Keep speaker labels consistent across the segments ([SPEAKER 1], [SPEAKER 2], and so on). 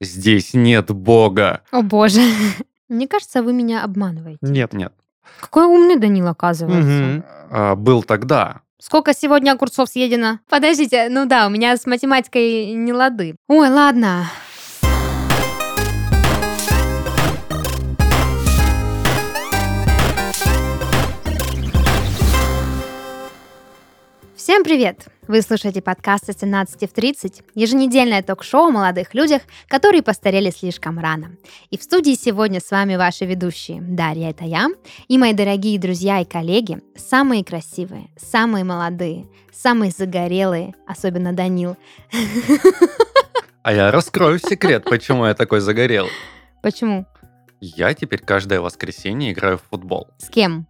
[SPEAKER 1] Здесь нет Бога.
[SPEAKER 2] О боже. Мне кажется, вы меня обманываете.
[SPEAKER 3] Нет.
[SPEAKER 1] Нет.
[SPEAKER 2] Какой умный Данил оказывается.
[SPEAKER 3] Мгм.
[SPEAKER 1] А, был тогда.
[SPEAKER 2] Сколько сегодня огурцов съедено? Подождите, ну да, у меня с математикой не лады. Ой, ладно. Всем привет! Вы слушаете подкаст с 17 в 30, еженедельное ток-шоу о молодых людях, которые постарели слишком рано. И в студии сегодня с вами ваши ведущие Дарья, это я, и мои дорогие друзья и коллеги, самые красивые, самые молодые, самые загорелые, особенно Данил.
[SPEAKER 1] А я раскрою секрет, почему я такой загорел.
[SPEAKER 2] Почему?
[SPEAKER 1] Я теперь каждое воскресенье играю в футбол.
[SPEAKER 2] С кем?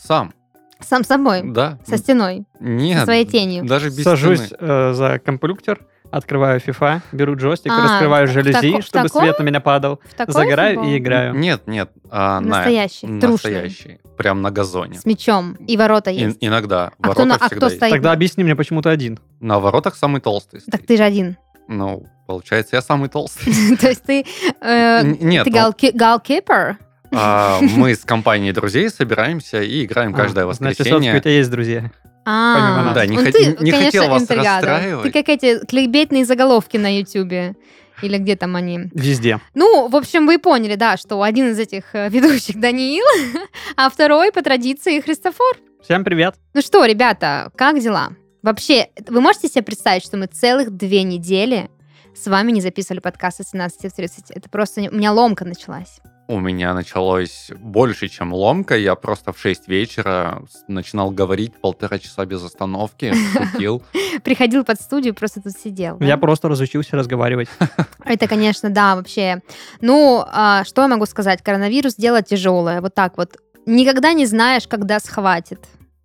[SPEAKER 1] Сам.
[SPEAKER 2] Сам собой?
[SPEAKER 1] Да.
[SPEAKER 2] Э, Со стеной?
[SPEAKER 1] Нет.
[SPEAKER 2] со своей тенью?
[SPEAKER 1] Даже без
[SPEAKER 3] Сажусь
[SPEAKER 1] стены.
[SPEAKER 3] э, за компьютер, открываю FIFA, беру джойстик,
[SPEAKER 2] А,
[SPEAKER 3] раскрываю
[SPEAKER 2] в
[SPEAKER 3] жалюзи,
[SPEAKER 2] тако- в
[SPEAKER 3] чтобы
[SPEAKER 2] таком?
[SPEAKER 3] свет на меня падал,
[SPEAKER 2] В такой
[SPEAKER 3] загораю
[SPEAKER 2] футбол?
[SPEAKER 3] и играю.
[SPEAKER 1] Нет, нет. а, на-
[SPEAKER 2] Настоящий, трушный.
[SPEAKER 1] Настоящий. Прям на газоне.
[SPEAKER 2] С мячом. И ворота
[SPEAKER 1] И-
[SPEAKER 2] есть.
[SPEAKER 1] иногда.
[SPEAKER 2] А кто
[SPEAKER 1] Ворота
[SPEAKER 2] на- а
[SPEAKER 1] всегда
[SPEAKER 2] кто
[SPEAKER 1] есть.
[SPEAKER 2] стоит?
[SPEAKER 3] Тогда объясни мне, почему ты один.
[SPEAKER 1] На воротах самый толстый
[SPEAKER 2] Так
[SPEAKER 1] стоит.
[SPEAKER 2] ты же один.
[SPEAKER 1] Ну, получается, я самый толстый.
[SPEAKER 2] То есть ты... э,
[SPEAKER 1] Н- Нет,
[SPEAKER 2] Ты
[SPEAKER 1] ну,
[SPEAKER 2] галки- галкипер?
[SPEAKER 1] а, мы с компанией друзей собираем-то и играем каждое
[SPEAKER 3] А, Значит, все-таки у
[SPEAKER 1] воскресенье.
[SPEAKER 3] тебя есть друзья. Помимо
[SPEAKER 2] А,
[SPEAKER 3] нас.
[SPEAKER 1] Да, не
[SPEAKER 2] ну
[SPEAKER 1] хот-
[SPEAKER 2] ты,
[SPEAKER 1] не хотел
[SPEAKER 2] конечно,
[SPEAKER 1] вас
[SPEAKER 2] интригатор. Ты
[SPEAKER 1] расстраивать.
[SPEAKER 2] как эти клейбейтные заголовки на Ютубе. Или где там они?
[SPEAKER 3] Везде.
[SPEAKER 2] Ну, в общем, вы поняли, да, что один из этих э, ведущих Даниил, а второй по традиции Христофор.
[SPEAKER 3] Всем привет.
[SPEAKER 2] Ну что, ребята, как дела? Вообще, вы можете себе представить, что мы целых две недели с вами не записывали подкаст с 17 в 30? Это просто... не- У меня ломка началась.
[SPEAKER 1] У меня началось больше, чем ломка. Я просто в 6 вечера с- начинал говорить полтора часа без остановки, шутил.
[SPEAKER 2] Приходил под студию, просто тут сидел. да?
[SPEAKER 3] Я просто разучился разговаривать.
[SPEAKER 2] Это, конечно, да, вообще. Ну, а, что я могу сказать? Коронавирус дело тяжелое. Вот так вот. Никогда не знаешь, когда схватит.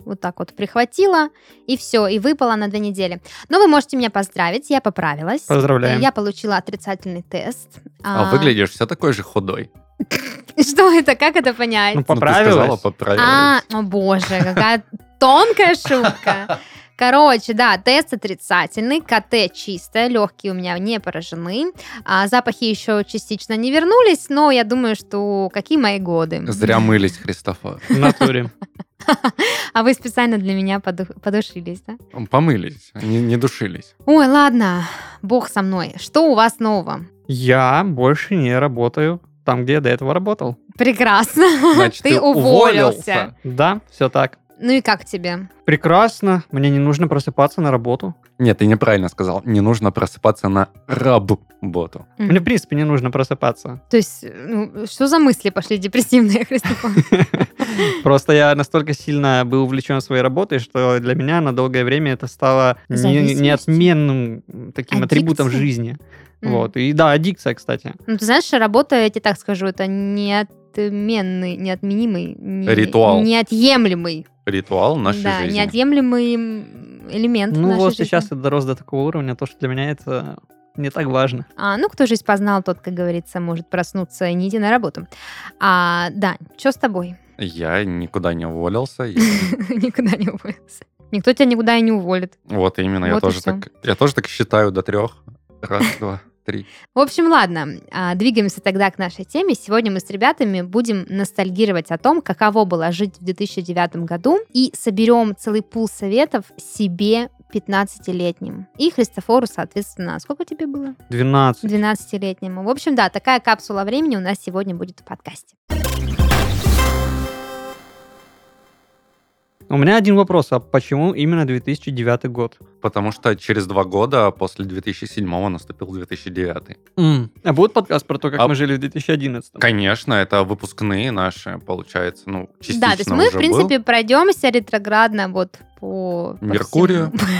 [SPEAKER 2] Вот так вот прихватила, и все, и выпала на две недели. Но вы можете меня поздравить, я поправилась.
[SPEAKER 3] Поздравляем.
[SPEAKER 2] Я получила отрицательный тест.
[SPEAKER 1] А выглядишь все такой же худой.
[SPEAKER 2] Что это? Как это понять?
[SPEAKER 3] Ну,
[SPEAKER 1] Ну, Ты сказала,
[SPEAKER 3] поправилась.
[SPEAKER 2] А,
[SPEAKER 1] поправилась.
[SPEAKER 2] о боже, какая тонкая шутка. Короче, да, тест отрицательный, КТ чистая, легкие у меня не поражены. А, запахи еще частично не вернулись, но я думаю, что какие мои годы.
[SPEAKER 1] Зря мылись, Христофор.
[SPEAKER 3] В натуре.
[SPEAKER 2] А вы специально для меня поду- подушились, да?
[SPEAKER 1] Помылись, не, не душились.
[SPEAKER 2] Ой, ладно, бог со мной. Что у вас нового?
[SPEAKER 3] Я больше не работаю там, где я до этого работал.
[SPEAKER 2] Прекрасно.
[SPEAKER 1] Значит, ты уволился.
[SPEAKER 3] Да, все так.
[SPEAKER 2] Ну и как тебе?
[SPEAKER 3] Прекрасно. Мне не нужно просыпаться на работу.
[SPEAKER 1] Нет, ты неправильно сказал. Не нужно просыпаться на работу.
[SPEAKER 2] М.
[SPEAKER 3] Мне, в принципе, не нужно просыпаться.
[SPEAKER 2] То есть, ну, что за мысли пошли депрессивные, Христофор?
[SPEAKER 3] Просто я настолько сильно был увлечен своей работой, что для меня на долгое время это стало не-
[SPEAKER 2] Зависимость?
[SPEAKER 3] неотменным таким атрибутом
[SPEAKER 2] Аддикция?
[SPEAKER 3] жизни.
[SPEAKER 2] М.
[SPEAKER 3] Вот. И да, аддикция, кстати.
[SPEAKER 2] Ну, ты знаешь, работа, я тебе так скажу, это неотменный, неотменимый... не-
[SPEAKER 1] Ритуал.
[SPEAKER 2] Неотъемлемый.
[SPEAKER 1] Ритуал нашей
[SPEAKER 2] да,
[SPEAKER 1] жизни.
[SPEAKER 2] неотъемлемый м, элемент
[SPEAKER 3] Ну
[SPEAKER 2] нашей
[SPEAKER 3] вот
[SPEAKER 2] жизни.
[SPEAKER 3] сейчас я дорос до такого уровня, то, что для меня это не так важно.
[SPEAKER 2] А, ну, кто жизнь познал, тот, как говорится, может проснуться и не идти на работу. А, да, что с тобой?
[SPEAKER 1] Я никуда не уволился. я-
[SPEAKER 2] Никуда не уволился. Никто тебя никуда и не уволит.
[SPEAKER 1] Вот именно, я
[SPEAKER 2] Вот и
[SPEAKER 1] тоже
[SPEAKER 2] всё.
[SPEAKER 1] так. Я тоже так считаю до трех. Раз, два, три.
[SPEAKER 2] В общем, ладно, а, двигаемся тогда к нашей теме. Сегодня мы с ребятами будем ностальгировать о том, каково было жить в 2009 году, и соберем целый пул советов себе 15-летним. И Христофору, соответственно, сколько тебе было?
[SPEAKER 3] 12.
[SPEAKER 2] 12-летнему. В общем, да, такая капсула времени у нас сегодня будет в подкасте.
[SPEAKER 3] У меня один вопрос, а почему именно 2009 год?
[SPEAKER 1] Потому что через два года после 2007 наступил 2009.
[SPEAKER 3] А будет подкаст про то, как
[SPEAKER 1] А-
[SPEAKER 3] мы жили в 2011?
[SPEAKER 1] Конечно, это выпускные наши, получается, ну, частично
[SPEAKER 2] да, то есть мы, в
[SPEAKER 1] уже был.
[SPEAKER 2] принципе, пройдемся ретроградно вот по... по
[SPEAKER 1] Меркурию.
[SPEAKER 2] всему.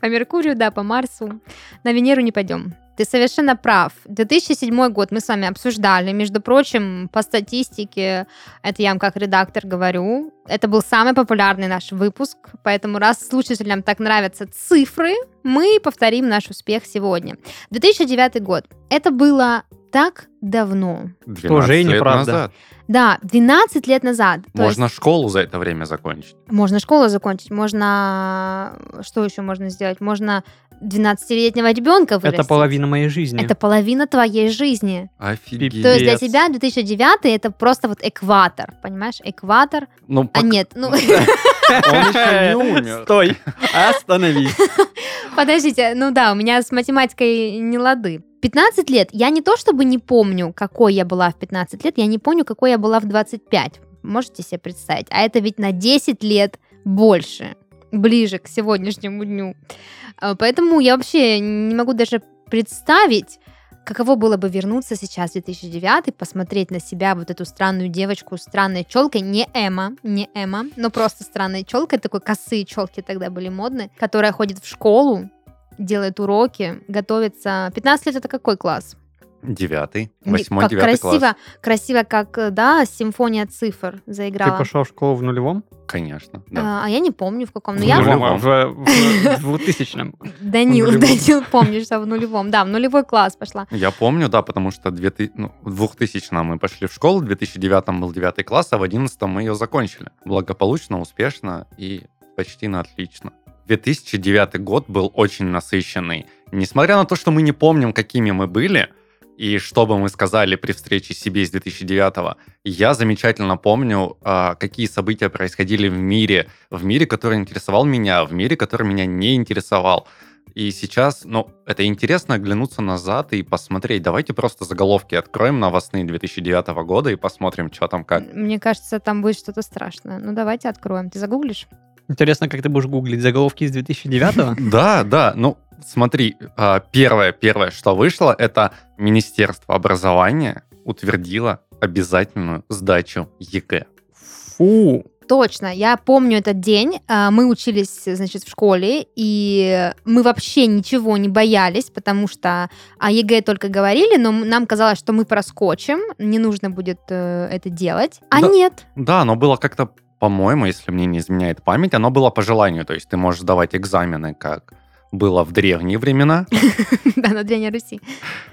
[SPEAKER 2] По Меркурию, да, по Марсу. На Венеру не пойдем. Ты совершенно прав. 2007 год мы с вами обсуждали. Между прочим, по статистике, это я вам как редактор говорю, это был самый популярный наш выпуск. Поэтому раз слушателям так нравятся цифры, мы повторим наш успех сегодня. 2009 год. Это было так давно.
[SPEAKER 1] 12
[SPEAKER 3] Тоже и
[SPEAKER 1] лет
[SPEAKER 3] неправда.
[SPEAKER 1] назад.
[SPEAKER 2] Да, 12 лет назад. То
[SPEAKER 1] Можно школу за это время закончить.
[SPEAKER 2] есть можно школу закончить, можно... Что еще можно сделать? Можно 12-летнего ребенка вырастить.
[SPEAKER 3] Это половина моей жизни.
[SPEAKER 2] Это половина твоей жизни.
[SPEAKER 1] Офигеть.
[SPEAKER 2] То есть для
[SPEAKER 3] Пипец.
[SPEAKER 2] тебя 2009 это просто вот экватор, понимаешь? Экватор.
[SPEAKER 1] Ну,
[SPEAKER 2] А
[SPEAKER 1] пок-
[SPEAKER 2] нет, ну
[SPEAKER 1] Он еще не умер.
[SPEAKER 3] Стой, остановись.
[SPEAKER 2] подождите, ну да, у меня с математикой не лады. 15 лет. Я не то чтобы не помню, какой я была в 15 лет, я не помню, какой я была в 25. Можете себе представить? А это ведь на 10 лет больше, ближе к сегодняшнему дню. А, Поэтому я вообще не могу даже представить, каково было бы вернуться сейчас в 2009 посмотреть на себя, вот эту странную девочку с странной челкой, не Эма, не Эма, но просто странной челкой, такой косые челки тогда были модны, которая ходит в школу, делает уроки, готовится. 15 лет это какой класс?
[SPEAKER 1] Девятый,
[SPEAKER 2] Не-
[SPEAKER 1] восьмой,
[SPEAKER 2] как
[SPEAKER 1] девятый
[SPEAKER 2] красиво,
[SPEAKER 1] класс.
[SPEAKER 2] красиво, как, э, да, симфония цифр
[SPEAKER 3] Ты
[SPEAKER 2] заиграла.
[SPEAKER 3] пошел в школу в нулевом?
[SPEAKER 1] Конечно, да.
[SPEAKER 2] А а я не помню, в каком. Но
[SPEAKER 1] В
[SPEAKER 2] я
[SPEAKER 1] нулевом.
[SPEAKER 3] а В в- в 2000-м.
[SPEAKER 2] Данил,
[SPEAKER 3] В нулевом.
[SPEAKER 2] Данил, помнишь, что в нулевом. Да, в нулевой класс пошла.
[SPEAKER 1] Я помню, да, потому что 2000, ну, в 2000 мы пошли в школу, в 2009 был 9 класс, а в 11 мы ее закончили. Благополучно, успешно и почти на отлично. 2009 год был очень насыщенный. Несмотря на то, что мы не помним, какими мы были, и что бы мы сказали при встрече себе с 2009, я замечательно помню, а, какие события происходили в мире, в мире, который интересовал меня, в мире, который меня не интересовал. И сейчас, ну, это интересно оглянуться назад и посмотреть. Давайте просто заголовки откроем новостные 2009 года и посмотрим, что там как.
[SPEAKER 2] Мне кажется, там будет что-то страшное. Ну, давайте откроем. Ты загуглишь?
[SPEAKER 3] Интересно, как ты будешь гуглить заголовки из 2009-го?
[SPEAKER 1] Да, да, ну, смотри, а, первое, первое, что вышло, это Министерство образования утвердило обязательную сдачу ЕГЭ.
[SPEAKER 3] Фу.
[SPEAKER 2] Точно, я помню этот день. А, Мы учились, значит, в школе, и мы вообще ничего не боялись, потому что о ЕГЭ только говорили, но м- нам казалось, что мы проскочим, не нужно будет э, это делать. А
[SPEAKER 1] Да.
[SPEAKER 2] нет,
[SPEAKER 1] Да, оно было как-то, по-моему, если мне не изменяет память, оно было по желанию. То есть ты можешь сдавать экзамены, как было в древние времена.
[SPEAKER 2] да, на Древней Руси.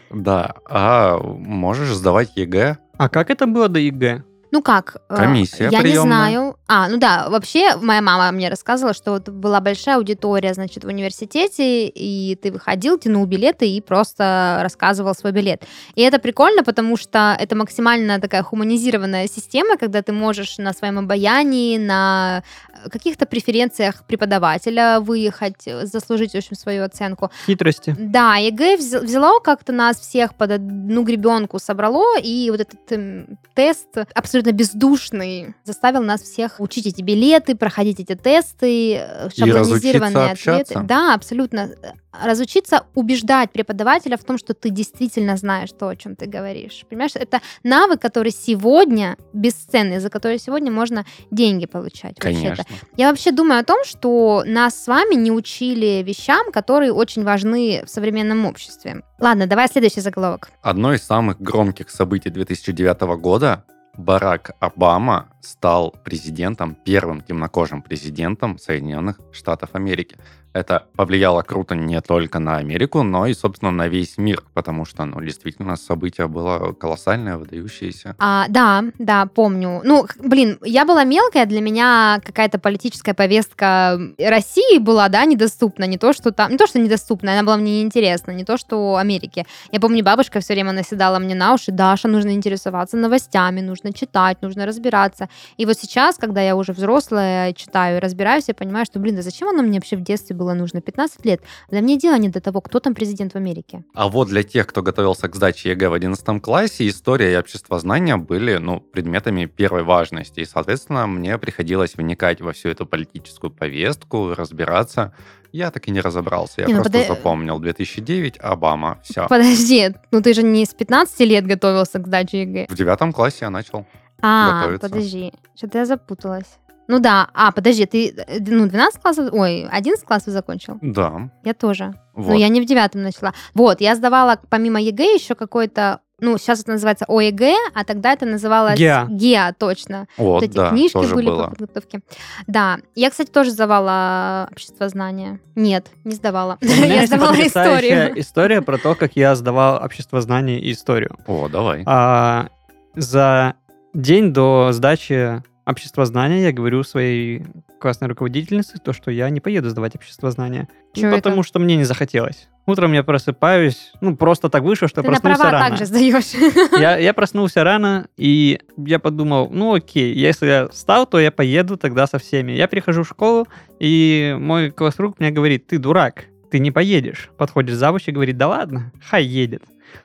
[SPEAKER 1] Да, а можешь сдавать ЕГЭ.
[SPEAKER 3] А как это было до ЕГЭ?
[SPEAKER 2] Ну как? э,
[SPEAKER 1] Комиссия
[SPEAKER 2] Я не
[SPEAKER 1] приемная.
[SPEAKER 2] знаю. А, ну да, вообще моя мама мне рассказывала, что вот была большая аудитория, значит, в университете, и ты выходил, тянул билеты и просто рассказывал свой билет. И это прикольно, потому что это максимально такая хуманизированная система, когда ты можешь на своем обаянии, на э, каких-то преференциях преподавателя выехать, э, заслужить, в общем, свою оценку.
[SPEAKER 3] Хитрости.
[SPEAKER 2] Да, ЕГЭ взя- взяло как-то нас всех под одну гребенку собрало, и вот этот эм, тест абсолютно бездушный заставил нас всех учить эти билеты, проходить эти тесты, э, шаблонизированные
[SPEAKER 1] разучиться
[SPEAKER 2] ответы.
[SPEAKER 1] общаться.
[SPEAKER 2] Да, абсолютно. Э, Разучиться убеждать преподавателя в том, что ты действительно знаешь то, о чем ты говоришь. Понимаешь, это навык, который сегодня бесценный, за который сегодня можно деньги получать. вообще-то.
[SPEAKER 1] Конечно.
[SPEAKER 2] Я вообще думаю о том, что нас с вами не учили вещам, которые очень важны в современном обществе. Ладно, давай следующий заголовок.
[SPEAKER 1] Одно из самых громких событий 2009 года Барак Обама стал президентом, первым темнокожим президентом Соединенных Штатов Америки. Это повлияло круто не только на Америку, но и, собственно, на весь мир, потому что, ну, действительно, событие было колоссальное, выдающееся.
[SPEAKER 2] А, да, да, помню. Ну, х- блин, я была мелкая, для меня какая-то политическая повестка России была, да, недоступна. Не то, что там, не то, что недоступна, она была мне неинтересна, не то, что Америки. Я помню, бабушка все время наседала мне на уши, Даша, нужно интересоваться новостями, нужно читать, нужно разбираться. И вот сейчас, когда я уже взрослая, читаю и разбираюсь, я понимаю, что, блин, да зачем оно мне вообще в детстве было нужно? 15 лет. Для меня дело не до того, кто там президент в Америке.
[SPEAKER 1] А вот для тех, кто готовился к сдаче ЕГЭ в 11 классе, история и обществознание были ну, предметами первой важности. И, соответственно, мне приходилось вникать во всю эту политическую повестку, разбираться. Я так и не разобрался. Я
[SPEAKER 2] Не, ну,
[SPEAKER 1] просто
[SPEAKER 2] пода-
[SPEAKER 1] запомнил 2009, Обама, все.
[SPEAKER 2] Подожди, ну ты же не с 15 лет готовился к сдаче ЕГЭ.
[SPEAKER 1] В девятом классе я начал.
[SPEAKER 2] А,
[SPEAKER 1] готовиться.
[SPEAKER 2] подожди, что-то я запуталась. Ну да, а, подожди, ты э, ну, 12 классов, ой, 11 классов закончил?
[SPEAKER 1] Да,
[SPEAKER 2] Ну, Я тоже.
[SPEAKER 1] вот.
[SPEAKER 2] Но я не в девятом начала. Вот, я сдавала помимо ЕГЭ еще какой-то ну, сейчас это называется ОЕГ, а тогда это называлось
[SPEAKER 3] ГИА.
[SPEAKER 2] ГИА, точно.
[SPEAKER 1] Вот,
[SPEAKER 2] вот эти
[SPEAKER 1] да,
[SPEAKER 2] книжки
[SPEAKER 1] тоже
[SPEAKER 2] были по
[SPEAKER 1] было.
[SPEAKER 2] подготовке. Да, я, кстати, тоже сдавала общество знания. Нет, не сдавала.
[SPEAKER 3] У меня
[SPEAKER 2] Я
[SPEAKER 3] есть
[SPEAKER 2] сдавала
[SPEAKER 3] потрясающая
[SPEAKER 2] историю.
[SPEAKER 3] история про то, как я сдавал общество знаний и историю.
[SPEAKER 1] О, давай.
[SPEAKER 3] А, за день до сдачи общества знания я говорю своей классной руководительнице то, что я не поеду сдавать общество знания. Ну,
[SPEAKER 2] Чё это?
[SPEAKER 3] потому что мне не захотелось. Утром я просыпаюсь, ну, просто так вышло, что
[SPEAKER 2] Ты на
[SPEAKER 3] проснулся
[SPEAKER 2] права
[SPEAKER 3] рано.
[SPEAKER 2] также сдаешь.
[SPEAKER 3] Я, я проснулся рано, и я подумал, ну окей, если я встал, то я поеду тогда со всеми. Я прихожу в школу, и мой классрук мне говорит, ты дурак, ты не поедешь. Подходит завуч и говорит, да ладно, хай едет.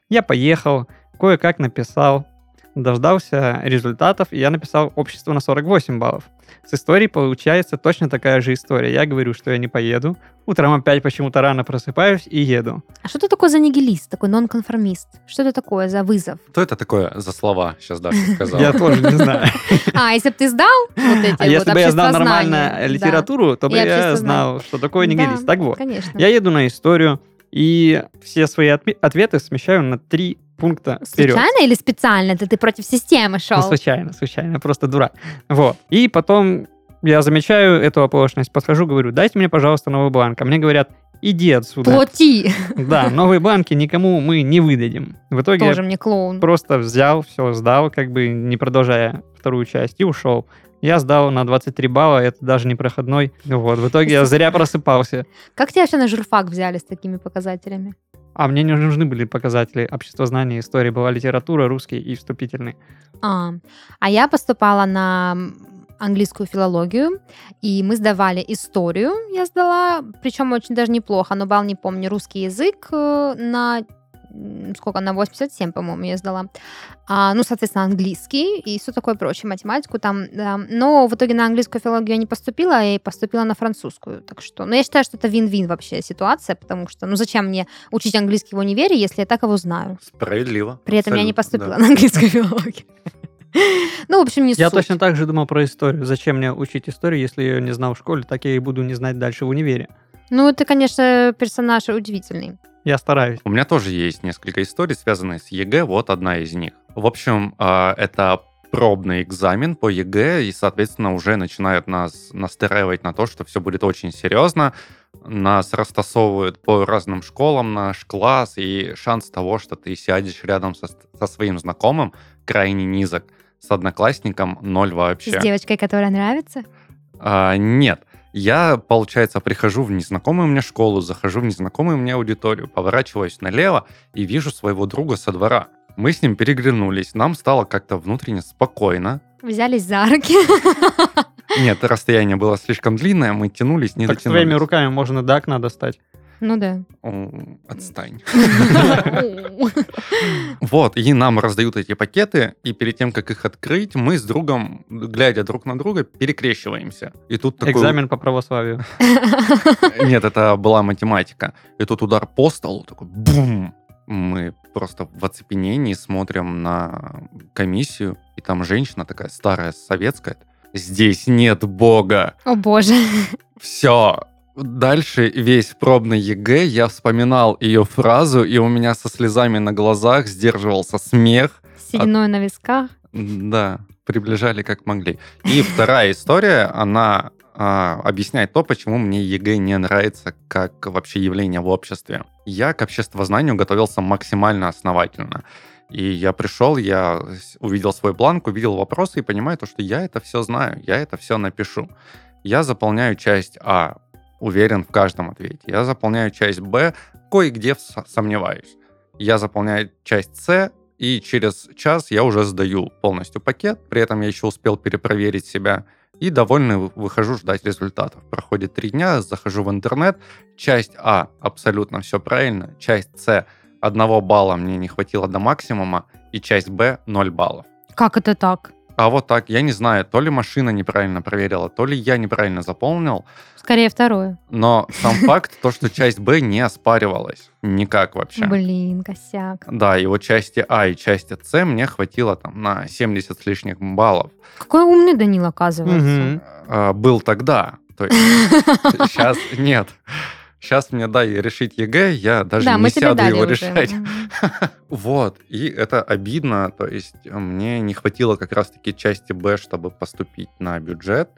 [SPEAKER 3] Я поехал, кое-как написал, дождался результатов, и я написал общество на 48 баллов. С историей получается точно такая же история. Я говорю, что я не поеду. Утром опять почему-то рано просыпаюсь и еду.
[SPEAKER 2] А что ты такой за нигилист, такой нонконформист? Что это такое за вызов?
[SPEAKER 1] Что это такое за слова сейчас Даша сказала?
[SPEAKER 3] Я тоже не знаю.
[SPEAKER 2] А, если бы ты сдал вот эти
[SPEAKER 3] А если
[SPEAKER 2] вот
[SPEAKER 3] бы я знал
[SPEAKER 2] обществознания,
[SPEAKER 3] нормально
[SPEAKER 2] да.
[SPEAKER 3] литературу, то
[SPEAKER 2] И
[SPEAKER 3] бы я
[SPEAKER 2] обществознание.
[SPEAKER 3] знал, что такое
[SPEAKER 2] Да,
[SPEAKER 3] нигилист. Так вот,
[SPEAKER 2] Конечно.
[SPEAKER 3] я еду на историю, и все свои отме- ответы смещаю на три пункта вперед.
[SPEAKER 2] Случайно или специально? Это ты против системы
[SPEAKER 3] Ну,
[SPEAKER 2] шел?
[SPEAKER 3] случайно, случайно, я просто дурак. Вот. И потом я замечаю эту оплошность, подхожу, говорю, дайте мне, пожалуйста, новый бланк. А мне говорят, иди отсюда.
[SPEAKER 2] Плоти.
[SPEAKER 3] Да, новые бланки никому мы не выдадим. В итоге я
[SPEAKER 2] Тоже мне клоун.
[SPEAKER 3] просто взял, все сдал, как бы не продолжая вторую часть, и ушел. Я сдал на 23 балла, это даже не проходной. Вот, в итоге я зря просыпался.
[SPEAKER 2] Как тебя вообще на журфак взяли с такими показателями?
[SPEAKER 3] А мне не нужны были показатели общества знания, истории, была литература, русский и вступительный.
[SPEAKER 2] А, а я поступала на м, английскую филологию, и мы сдавали историю, я сдала, причем очень даже неплохо, но бал не помню, русский язык э, на м, сколько, на 87, по-моему, я сдала. А, ну, соответственно, английский и все такое прочее, математику там. да. Но в итоге на английскую филологию я не поступила, и поступила на французскую. Так что, ну, я считаю, что это вин-вин вообще ситуация, потому что, ну, зачем мне учить английский в универе, если я так его знаю?
[SPEAKER 1] Справедливо.
[SPEAKER 2] При этом я не
[SPEAKER 1] Абсолютно,
[SPEAKER 2] поступила
[SPEAKER 1] да.
[SPEAKER 2] на английскую филологию. Ну, в общем, не
[SPEAKER 3] Я
[SPEAKER 2] суть.
[SPEAKER 3] точно так же думал про историю. Зачем мне учить историю, если я ее не знал в школе, так я и буду не знать дальше в универе.
[SPEAKER 2] Ну, это, конечно, персонаж удивительный.
[SPEAKER 3] Я стараюсь.
[SPEAKER 1] У меня тоже есть несколько историй, связанные с ЕГЭ. Вот одна из них. В общем, а, это пробный экзамен по ЕГЭ, и, соответственно, уже начинают нас настраивать на то, что все будет очень серьезно. Нас растасовывают по разным школам, наш класс, и шанс того, что ты сядешь рядом со, со своим знакомым, крайне низок. С одноклассником ноль вообще.
[SPEAKER 2] С девочкой, которая нравится.
[SPEAKER 1] А, нет. Я, получается, прихожу в незнакомую мне школу, захожу в незнакомую мне аудиторию, поворачиваюсь налево и вижу своего друга со двора. Мы с ним переглянулись, нам стало как-то внутренне спокойно.
[SPEAKER 2] Взялись за руки.
[SPEAKER 1] Нет, расстояние было слишком длинное, мы тянулись, не
[SPEAKER 3] так
[SPEAKER 1] дотянулись.
[SPEAKER 3] своими руками можно до окна достать.
[SPEAKER 2] Ну да.
[SPEAKER 1] О, Отстань.
[SPEAKER 2] Ты
[SPEAKER 1] Вот, и нам раздают эти пакеты, и перед тем, как их открыть, мы с другом, глядя друг на друга, перекрещиваемся. И тут такой...
[SPEAKER 3] Экзамен по православию.
[SPEAKER 1] Нет, это была математика. И тут удар по столу, такой бум. Мы просто в оцепенении смотрим на комиссию, и там женщина такая старая, советская. Здесь нет бога.
[SPEAKER 2] О боже.
[SPEAKER 1] Все. Дальше весь пробный ЕГЭ я вспоминал ее фразу, и у меня со слезами на глазах сдерживался смех. А
[SPEAKER 2] Сединой на висках.
[SPEAKER 1] Да, приближали как могли. И вторая история, она а, объясняет то, почему мне ЕГЭ не нравится как вообще явление в обществе. Я к обществознанию готовился максимально основательно. И я пришел, я с- увидел свой бланк, увидел вопросы и понимаю то, что я это все знаю, я это все напишу. Я заполняю часть А, уверен в каждом ответе. Я заполняю часть Б, кое-где в- сомневаюсь. Я заполняю часть С, и через час я уже сдаю полностью пакет, при этом я еще успел перепроверить себя, и довольный вы- выхожу ждать результатов. Проходит три дня, захожу в интернет, часть А абсолютно все правильно, часть С одного балла мне не хватило до максимума, и часть Б 0 баллов.
[SPEAKER 2] Как это так?
[SPEAKER 1] А вот так, я не знаю, то ли машина неправильно проверила, то ли я неправильно заполнил,
[SPEAKER 2] Скорее второе.
[SPEAKER 1] но сам факт, то, что часть Б не оспаривалась никак вообще.
[SPEAKER 2] Блин, косяк.
[SPEAKER 1] Да, и вот части А и части С мне хватило там на 70 с лишним баллов. А,
[SPEAKER 2] Какой умный Данил оказывается.
[SPEAKER 3] Мгм.
[SPEAKER 1] Э, Был тогда, то есть сейчас нет. Сейчас мне дай решить ЕГЭ, я даже
[SPEAKER 2] да,
[SPEAKER 1] не
[SPEAKER 2] мы тебе
[SPEAKER 1] сяду
[SPEAKER 2] дали
[SPEAKER 1] его
[SPEAKER 2] уже.
[SPEAKER 1] решать.
[SPEAKER 2] Мгм.
[SPEAKER 1] Вот, и это обидно, то есть э, мне не хватило как раз-таки части Б, чтобы поступить на бюджет,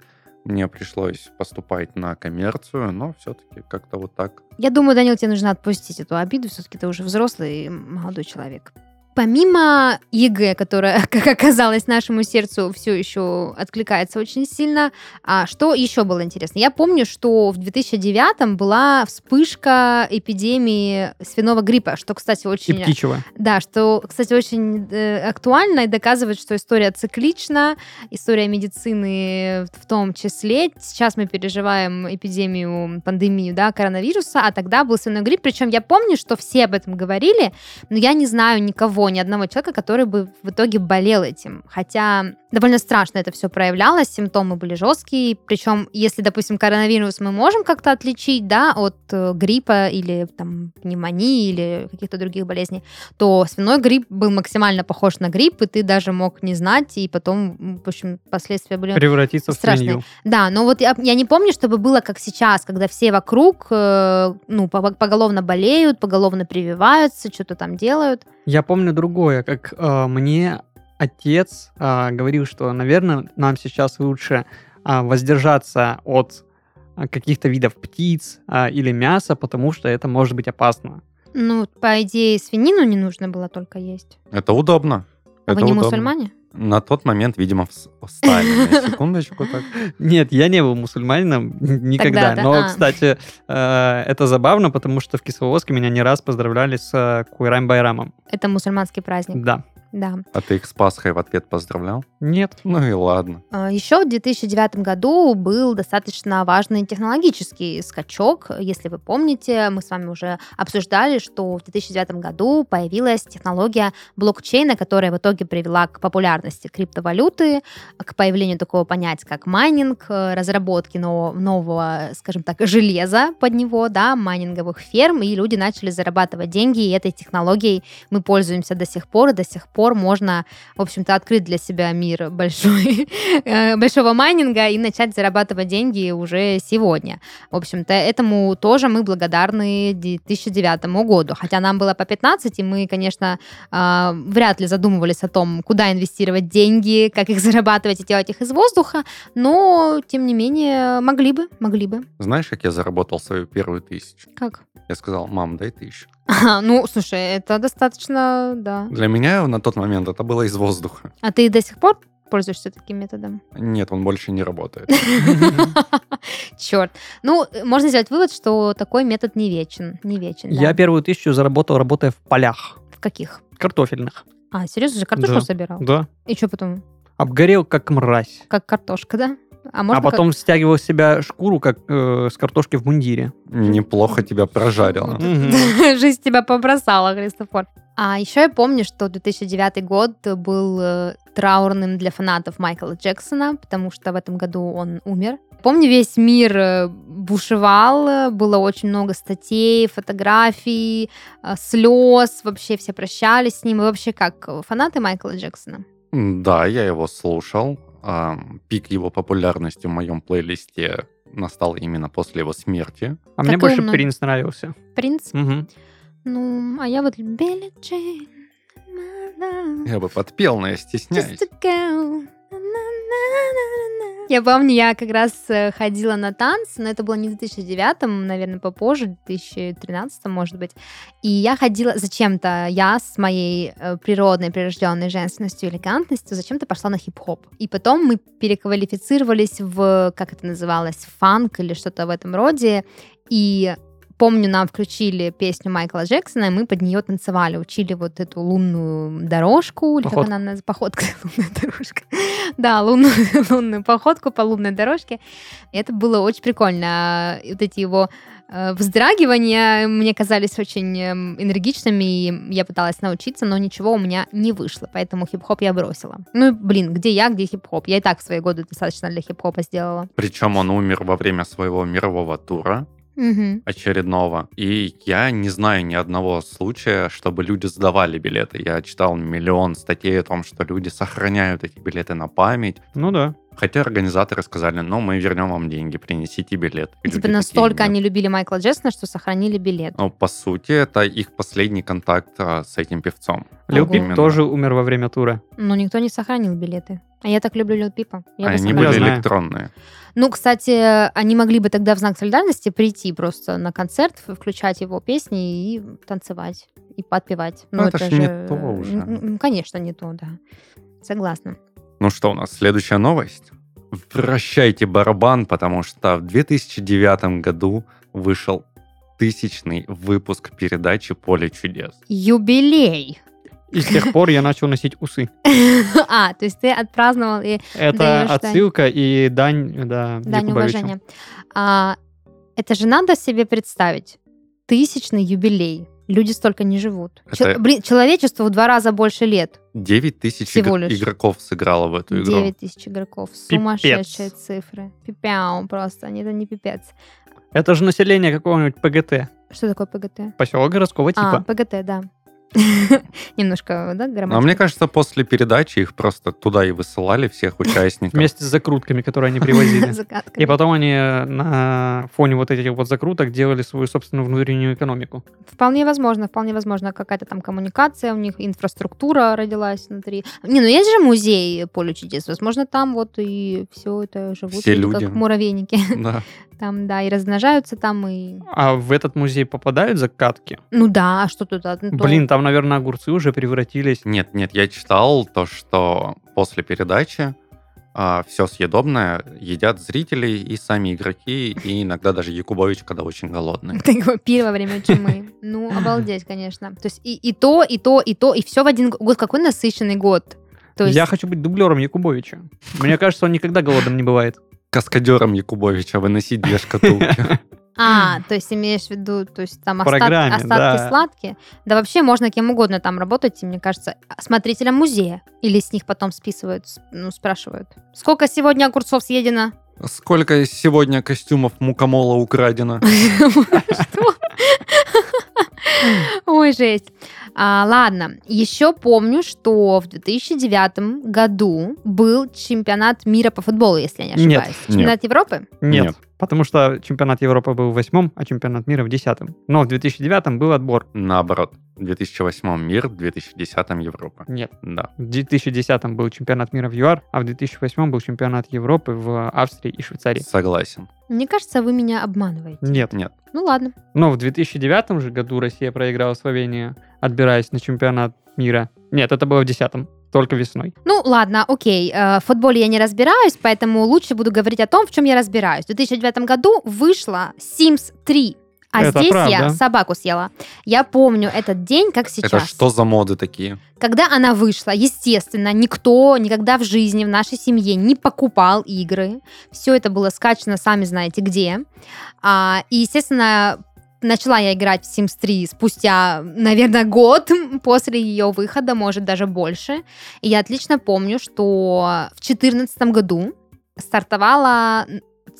[SPEAKER 1] мне пришлось поступать на коммерцию, но все-таки как-то вот так.
[SPEAKER 2] Я думаю, Данил, тебе нужно отпустить эту обиду, все-таки ты уже взрослый молодой человек. Помимо ЕГЭ, которая, как оказалось, нашему сердцу все еще откликается очень сильно, а что еще было интересно? Я помню, что в 2009 была вспышка эпидемии свиного гриппа, что, кстати,
[SPEAKER 3] И
[SPEAKER 2] очень...
[SPEAKER 3] птичьего.
[SPEAKER 2] Да, что, кстати, очень э, актуально и доказывает, что история циклична, история медицины в том числе. Сейчас мы переживаем эпидемию, пандемию, да, коронавируса, а тогда был свиной грипп. Причем я помню, что все об этом говорили, но я не знаю никого, ни одного человека, который бы в итоге болел этим. Хотя довольно страшно это все проявлялось, симптомы были жесткие. Причем, если, допустим, коронавирус мы можем как-то отличить, да, от э, гриппа или там пневмонии или каких-то других болезней, то свиной грипп был максимально похож на грипп, и ты даже мог не знать, и потом, м, в общем, последствия были
[SPEAKER 3] Превратиться в
[SPEAKER 2] страшный.
[SPEAKER 3] свинью.
[SPEAKER 2] да, но вот я, я не помню, чтобы было как сейчас, когда все вокруг, э, ну, по- поголовно болеют, поголовно прививаются, что-то там делают.
[SPEAKER 3] Я помню другое, как э, мне отец э, говорил, что, наверное, нам сейчас лучше а, воздержаться от а, каких-то видов птиц а, или мяса, потому что это может быть опасно.
[SPEAKER 2] Ну, по идее, свинину не нужно было только есть.
[SPEAKER 1] Это удобно.
[SPEAKER 2] А
[SPEAKER 1] это
[SPEAKER 2] Вы не
[SPEAKER 1] удобно.
[SPEAKER 2] мусульмане?
[SPEAKER 1] На тот момент, видимо, вс- встали. На Секундочку так.
[SPEAKER 3] Нет, я не был мусульманином н- никогда.
[SPEAKER 2] Тогда, да,
[SPEAKER 3] Но,
[SPEAKER 2] а.
[SPEAKER 3] кстати, э, это забавно, потому что в Кисловодске меня не раз поздравляли с э, Куйрайм-Байрамом.
[SPEAKER 2] Это мусульманский праздник,
[SPEAKER 3] Да.
[SPEAKER 2] да.
[SPEAKER 1] А ты их с Пасхой в ответ поздравлял?
[SPEAKER 3] Нет.
[SPEAKER 1] Ну и ладно.
[SPEAKER 2] А, Еще в 2009 году был достаточно важный технологический скачок. Если вы помните, мы с вами уже обсуждали, что в 2009 году появилась технология блокчейна, которая в итоге привела к популярности криптовалюты, к появлению такого понятия, как майнинг, э, разработке нового, нового, скажем так, железа под него, да, майнинговых ферм, и люди начали зарабатывать деньги, и этой технологией мы пользуемся до сих пор, и до сих пор можно, в общем-то, открыть для себя мир большой э, большого майнинга и начать зарабатывать деньги уже сегодня. В общем-то, этому тоже мы благодарны 2009 году. Хотя нам было по 15, и мы, конечно, э, вряд ли задумывались о том, куда инвестировать деньги, как их зарабатывать и делать их из воздуха, но, тем не менее, могли бы, могли бы.
[SPEAKER 1] Знаешь, как я заработал свою первую тысячу?
[SPEAKER 2] Как?
[SPEAKER 1] Я сказал, мам, дай тысячу.
[SPEAKER 2] ну, слушай, это достаточно, да.
[SPEAKER 1] Для меня на тот момент это было из воздуха.
[SPEAKER 2] А ты до сих пор пользуешься таким методом?
[SPEAKER 1] Нет, он больше не работает.
[SPEAKER 2] Черт. Ну, можно сделать вывод, что такой метод не вечен. Не вечен, да.
[SPEAKER 3] Я первую тысячу заработал, работая в полях
[SPEAKER 2] В каких?
[SPEAKER 3] картофельных.
[SPEAKER 2] А, серьезно, же картошку
[SPEAKER 3] Да.
[SPEAKER 2] собирал?
[SPEAKER 3] Да.
[SPEAKER 2] И что потом?
[SPEAKER 3] Обгорел, как мразь.
[SPEAKER 2] Как картошка, да? А
[SPEAKER 3] а потом стягивал с себя шкуру, как э, с картошки в мундире.
[SPEAKER 1] Неплохо тебя прожарило.
[SPEAKER 2] как... Жизнь тебя побросала, Христофор. А еще я помню, что 2009 год был э, траурным для фанатов Майкла Джексона, потому что в этом году он умер. Помню, весь мир э, бушевал, э, было очень много статей, фотографий, э, слез, вообще все прощались с ним. Вы вообще как, э, фанаты Майкла Джексона?
[SPEAKER 1] Да, я его слушал. Ам, Пик его популярности в моем плейлисте настал именно после его смерти.
[SPEAKER 3] А мне
[SPEAKER 2] Так
[SPEAKER 3] больше
[SPEAKER 2] умно.
[SPEAKER 3] принц нравился.
[SPEAKER 2] Принц?
[SPEAKER 3] Мгм.
[SPEAKER 2] Ну, а я вот Билли Джейн. на-на.
[SPEAKER 1] Я бы подпел, но я стесняюсь.
[SPEAKER 2] Just a girl. На-на-на-на-на. Я помню, я как раз э, ходила на танцы, но это было не в 2009, наверное, попозже, в 2013, может быть. И я ходила зачем-то, я с моей э, природной, прирожденной женственностью, и элегантностью, зачем-то пошла на хип-хоп. И потом мы переквалифицировались в, как это называлось, фанк или что-то в этом роде. И помню, нам включили песню Майкла Джексона, и мы под нее танцевали, учили вот эту лунную дорожку, или как
[SPEAKER 3] Походку.
[SPEAKER 2] она называется, походка, лунная дорожка. Да, лунную, лунную походку по лунной дорожке. И это было очень прикольно. И Вот эти его э, вздрагивания мне казались очень эм, энергичными, и я пыталась научиться, но ничего у меня не вышло, поэтому хип-хоп я бросила. Ну, и, блин, где я, где хип-хоп? Я и так в свои годы достаточно для хип-хопа сделала.
[SPEAKER 1] Причем он умер во время своего мирового тура.
[SPEAKER 2] Мгм.
[SPEAKER 1] очередного. И я не знаю ни одного случая, чтобы люди сдавали билеты. Я читал миллион статей о том, что люди сохраняют эти билеты на память.
[SPEAKER 3] Ну да.
[SPEAKER 1] Хотя организаторы сказали, ну, мы вернем вам деньги, принесите билет. И люди
[SPEAKER 2] Типа
[SPEAKER 1] такие,
[SPEAKER 2] настолько
[SPEAKER 1] «Нет».
[SPEAKER 2] они любили Майкла Джексона, что сохранили билет.
[SPEAKER 1] Ну, по сути, это их последний контакт а, с этим певцом.
[SPEAKER 3] Лил
[SPEAKER 2] Ого.
[SPEAKER 3] Пип
[SPEAKER 1] Именно.
[SPEAKER 3] тоже умер во время тура.
[SPEAKER 2] Но никто не сохранил билеты. А я так люблю Лил Пипа. Я бы
[SPEAKER 1] они
[SPEAKER 2] сохранила.
[SPEAKER 1] были
[SPEAKER 3] знаю.
[SPEAKER 1] электронные.
[SPEAKER 2] Ну, кстати, они могли бы тогда в знак солидарности прийти просто на концерт, включать его песни и танцевать, и подпевать.
[SPEAKER 1] Ну, это ж не то уже.
[SPEAKER 2] М, м, Конечно, не то, да. Согласна.
[SPEAKER 1] Ну что у нас, следующая новость? Вращайте барабан, потому что в 2009 году вышел тысячный выпуск передачи «Поле чудес».
[SPEAKER 2] Юбилей.
[SPEAKER 3] И с тех пор я начал носить усы.
[SPEAKER 2] А, то есть ты отпраздновал и
[SPEAKER 3] Это
[SPEAKER 2] Даешь дань.
[SPEAKER 3] отсылка и дань, да,
[SPEAKER 2] дань
[SPEAKER 3] Якубовичу.
[SPEAKER 2] уважения. А, это же надо себе представить. Тысячный юбилей. Люди столько не живут. Че-
[SPEAKER 1] Это-
[SPEAKER 2] блин, человечеству в два раза больше лет.
[SPEAKER 1] 9 тысяч
[SPEAKER 2] Всего
[SPEAKER 1] игр-
[SPEAKER 2] лишь.
[SPEAKER 1] игроков сыграло в эту игру.
[SPEAKER 2] 9 тысяч игроков. Сумасшедшие цифры. Пипяу просто. они- Это не пипец.
[SPEAKER 3] Это же население какого-нибудь ПГТ,
[SPEAKER 2] Что такое ПГТ?
[SPEAKER 3] поселок городского
[SPEAKER 2] А,
[SPEAKER 3] типа.
[SPEAKER 2] ПГТ, да. Немножко, да,
[SPEAKER 1] А мне
[SPEAKER 2] грамматика?
[SPEAKER 1] кажется, после передачи их просто туда и высылали всех участников.
[SPEAKER 3] Вместе с закрутками, которые они привозили.
[SPEAKER 2] Загадка.
[SPEAKER 3] И потом они э, на фоне вот этих вот закруток делали свою собственную внутреннюю экономику.
[SPEAKER 2] Вполне возможно, вполне возможно, какая-то там коммуникация у них, инфраструктура родилась внутри. Не, ну есть же музей поле чудес, возможно, там вот и все это живут
[SPEAKER 1] Все
[SPEAKER 2] как
[SPEAKER 1] люди.
[SPEAKER 2] муравейники.
[SPEAKER 1] Да.
[SPEAKER 2] Там, да, и размножаются там, и...
[SPEAKER 3] А в этот музей попадают закатки?
[SPEAKER 2] Ну да, а что тут? а, ну, то-
[SPEAKER 3] Блин, там, наверное, огурцы уже превратились.
[SPEAKER 1] Нет, нет, я читал то, что после передачи все съедобное едят зрители и сами игроки, и иногда даже Якубович, когда очень голодный.
[SPEAKER 2] Такое пиво во время чумы. Ну, обалдеть, конечно. То есть и, и то, и то, и то, и все в один год. Какой насыщенный год. То есть...
[SPEAKER 3] Я хочу быть дублером Якубовича. Мне кажется, он никогда голодным не бывает.
[SPEAKER 1] Каскадером Якубовича выносить две шкатулки.
[SPEAKER 2] А, то есть имеешь в виду, то есть там
[SPEAKER 3] В
[SPEAKER 2] остат-
[SPEAKER 3] программе,
[SPEAKER 2] остатки
[SPEAKER 3] да.
[SPEAKER 2] сладкие. Да вообще можно кем угодно там работать, и, мне кажется, а, смотрителям музея. Или с них потом списывают, с- ну, спрашивают. Сколько сегодня огурцов съедено?
[SPEAKER 1] Сколько сегодня костюмов мукомола украдено?
[SPEAKER 2] Что? Ой, жесть. А, ладно, еще помню, что в 2009 году был чемпионат мира по футболу, если я не
[SPEAKER 3] Нет.
[SPEAKER 2] ошибаюсь. Чемпионат Европы?
[SPEAKER 3] Нет.
[SPEAKER 1] Нет.
[SPEAKER 3] Потому что чемпионат Европы был в восьмом, а чемпионат мира в десятом. Но в 2009 был отбор.
[SPEAKER 1] Наоборот. В 2008 мир, в 2010 Европа.
[SPEAKER 3] Нет.
[SPEAKER 1] Да.
[SPEAKER 3] В 2010 был чемпионат мира в ЮАР, а в 2008 был чемпионат Европы в Австрии и Швейцарии.
[SPEAKER 1] Согласен.
[SPEAKER 2] Мне кажется, вы меня обманываете.
[SPEAKER 3] Нет.
[SPEAKER 2] Ну ладно.
[SPEAKER 3] Но в 2009 же году Россия проиграла Словении, отбираясь на чемпионат мира. Нет, это было в 2010, только весной.
[SPEAKER 2] Ну, ладно, окей. Э, В футболе я не разбираюсь, поэтому лучше буду говорить о том, в чем я разбираюсь. В 2009 году вышла Sims 3. А
[SPEAKER 3] Это
[SPEAKER 2] здесь я
[SPEAKER 3] правда.
[SPEAKER 2] собаку съела. Я помню этот день, как сейчас.
[SPEAKER 1] Это что за моды такие?
[SPEAKER 2] Когда она вышла, естественно, никто никогда в жизни в нашей семье не покупал игры. Все это было скачано, сами знаете где. А, и, естественно, начала я играть в Sims 3 спустя, наверное, год после ее выхода, может, даже больше. И я отлично помню, что в 2014 году стартовала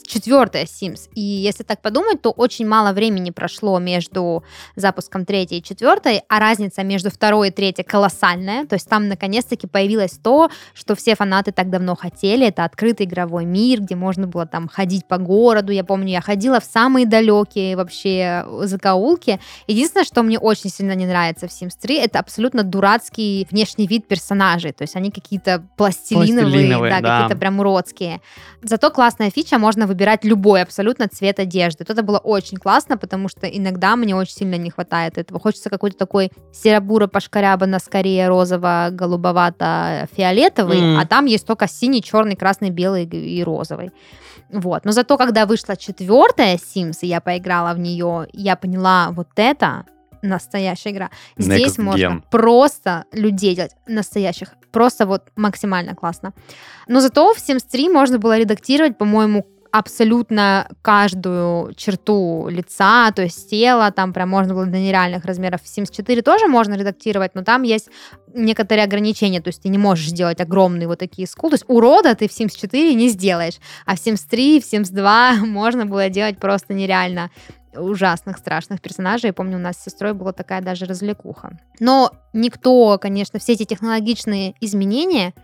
[SPEAKER 2] четвертая Sims. И если так подумать, то очень мало времени прошло между запуском третьей и четвертой, а разница между второй и третьей колоссальная. То есть там наконец-таки появилось то, что все фанаты так давно хотели. Это открытый игровой мир, где можно было там ходить по городу. Я помню, я ходила в самые далекие вообще э, закоулки. Единственное, что мне очень сильно не нравится в Sims 3, это абсолютно дурацкий внешний вид персонажей. То есть они какие-то пластилиновые,
[SPEAKER 3] Пластилиновые,
[SPEAKER 2] да,
[SPEAKER 3] да.
[SPEAKER 2] какие-то прям уродские. Зато классная фича, можно выбирать любой абсолютно цвет одежды. Вот это было очень классно, потому что иногда мне очень сильно не хватает этого. Хочется какой-то такой серо-буро пошкарябано, скорее розово-голубовато-фиолетовый,
[SPEAKER 3] Мгм.
[SPEAKER 2] а там есть только синий, черный, красный, белый и розовый. Вот. Но зато, когда вышла четвертая Sims, и я поиграла в нее, я поняла, вот это настоящая игра. Здесь
[SPEAKER 1] Next
[SPEAKER 2] можно
[SPEAKER 1] Gen.
[SPEAKER 2] просто людей делать настоящих. Просто вот максимально классно. Но зато в Sims 3 можно было редактировать, по-моему, абсолютно каждую черту лица, то есть тела, там прям можно было до нереальных размеров. В Sims 4 тоже можно редактировать, но там есть некоторые ограничения, то есть ты не можешь сделать огромные вот такие скулы, то есть урода ты в Sims 4 не сделаешь, а в Sims 3, в Sims 2 можно было делать просто нереально ужасных, страшных персонажей. Я помню, у нас с сестрой была такая даже развлекуха. Но никто, конечно, все эти технологичные изменения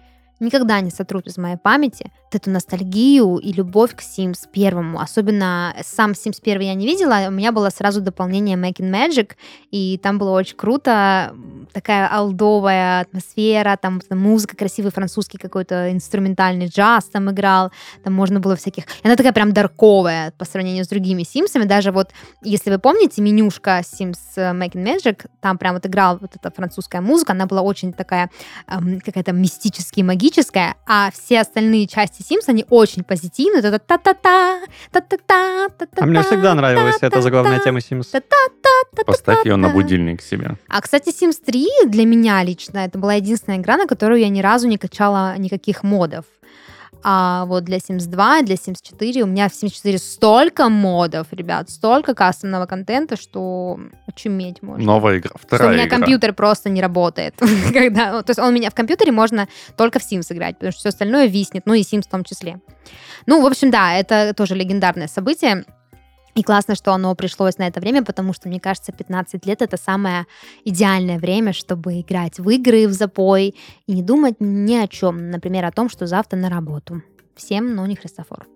[SPEAKER 2] никогда не сотрут из моей памяти вот эту ностальгию и любовь к Sims первому. Особенно сам Sims 1 я не видела, а у меня было сразу дополнение Making Magic, и там было очень круто, такая алдовая атмосфера, там музыка, красивый французский какой-то инструментальный джаз там играл, там можно было всяких... И она такая прям дарковая по сравнению с другими Симсами, даже вот, если вы помните, менюшка Sims э, Making Magic, там прям вот играла вот эта французская музыка, она была очень такая эм, какая-то мистически магическая, а все остальные части Sims, они очень позитивные, вот это та-та-та, та-та-та, та-та-та.
[SPEAKER 3] А мне всегда нравилась эта заглавная тема Sims.
[SPEAKER 2] та-та-та-та-та.
[SPEAKER 1] Поставь ее на будильник себе.
[SPEAKER 2] А, кстати, Sims 3 для меня лично это была единственная игра, на которую я ни разу не качала никаких модов. А вот для Sims 2, для Sims 4 у меня в Sims 4 столько модов, ребят, столько кастомного контента, что очуметь можно.
[SPEAKER 1] Новая игра.
[SPEAKER 2] Что у
[SPEAKER 1] Вторая
[SPEAKER 2] меня
[SPEAKER 1] игра.
[SPEAKER 2] компьютер просто не работает. Когда, ну, то есть он у меня в компьютере можно только в Sims играть, потому что все остальное виснет, ну и Sims в том числе. Ну, в общем, да, это тоже легендарное событие. И классно, что оно пришлось на это время, потому что, мне кажется, 15 лет — это самое идеальное время, чтобы играть в игры в запой и не думать ни о чем, например, о том, что завтра на работу. Всем, но не Христофор.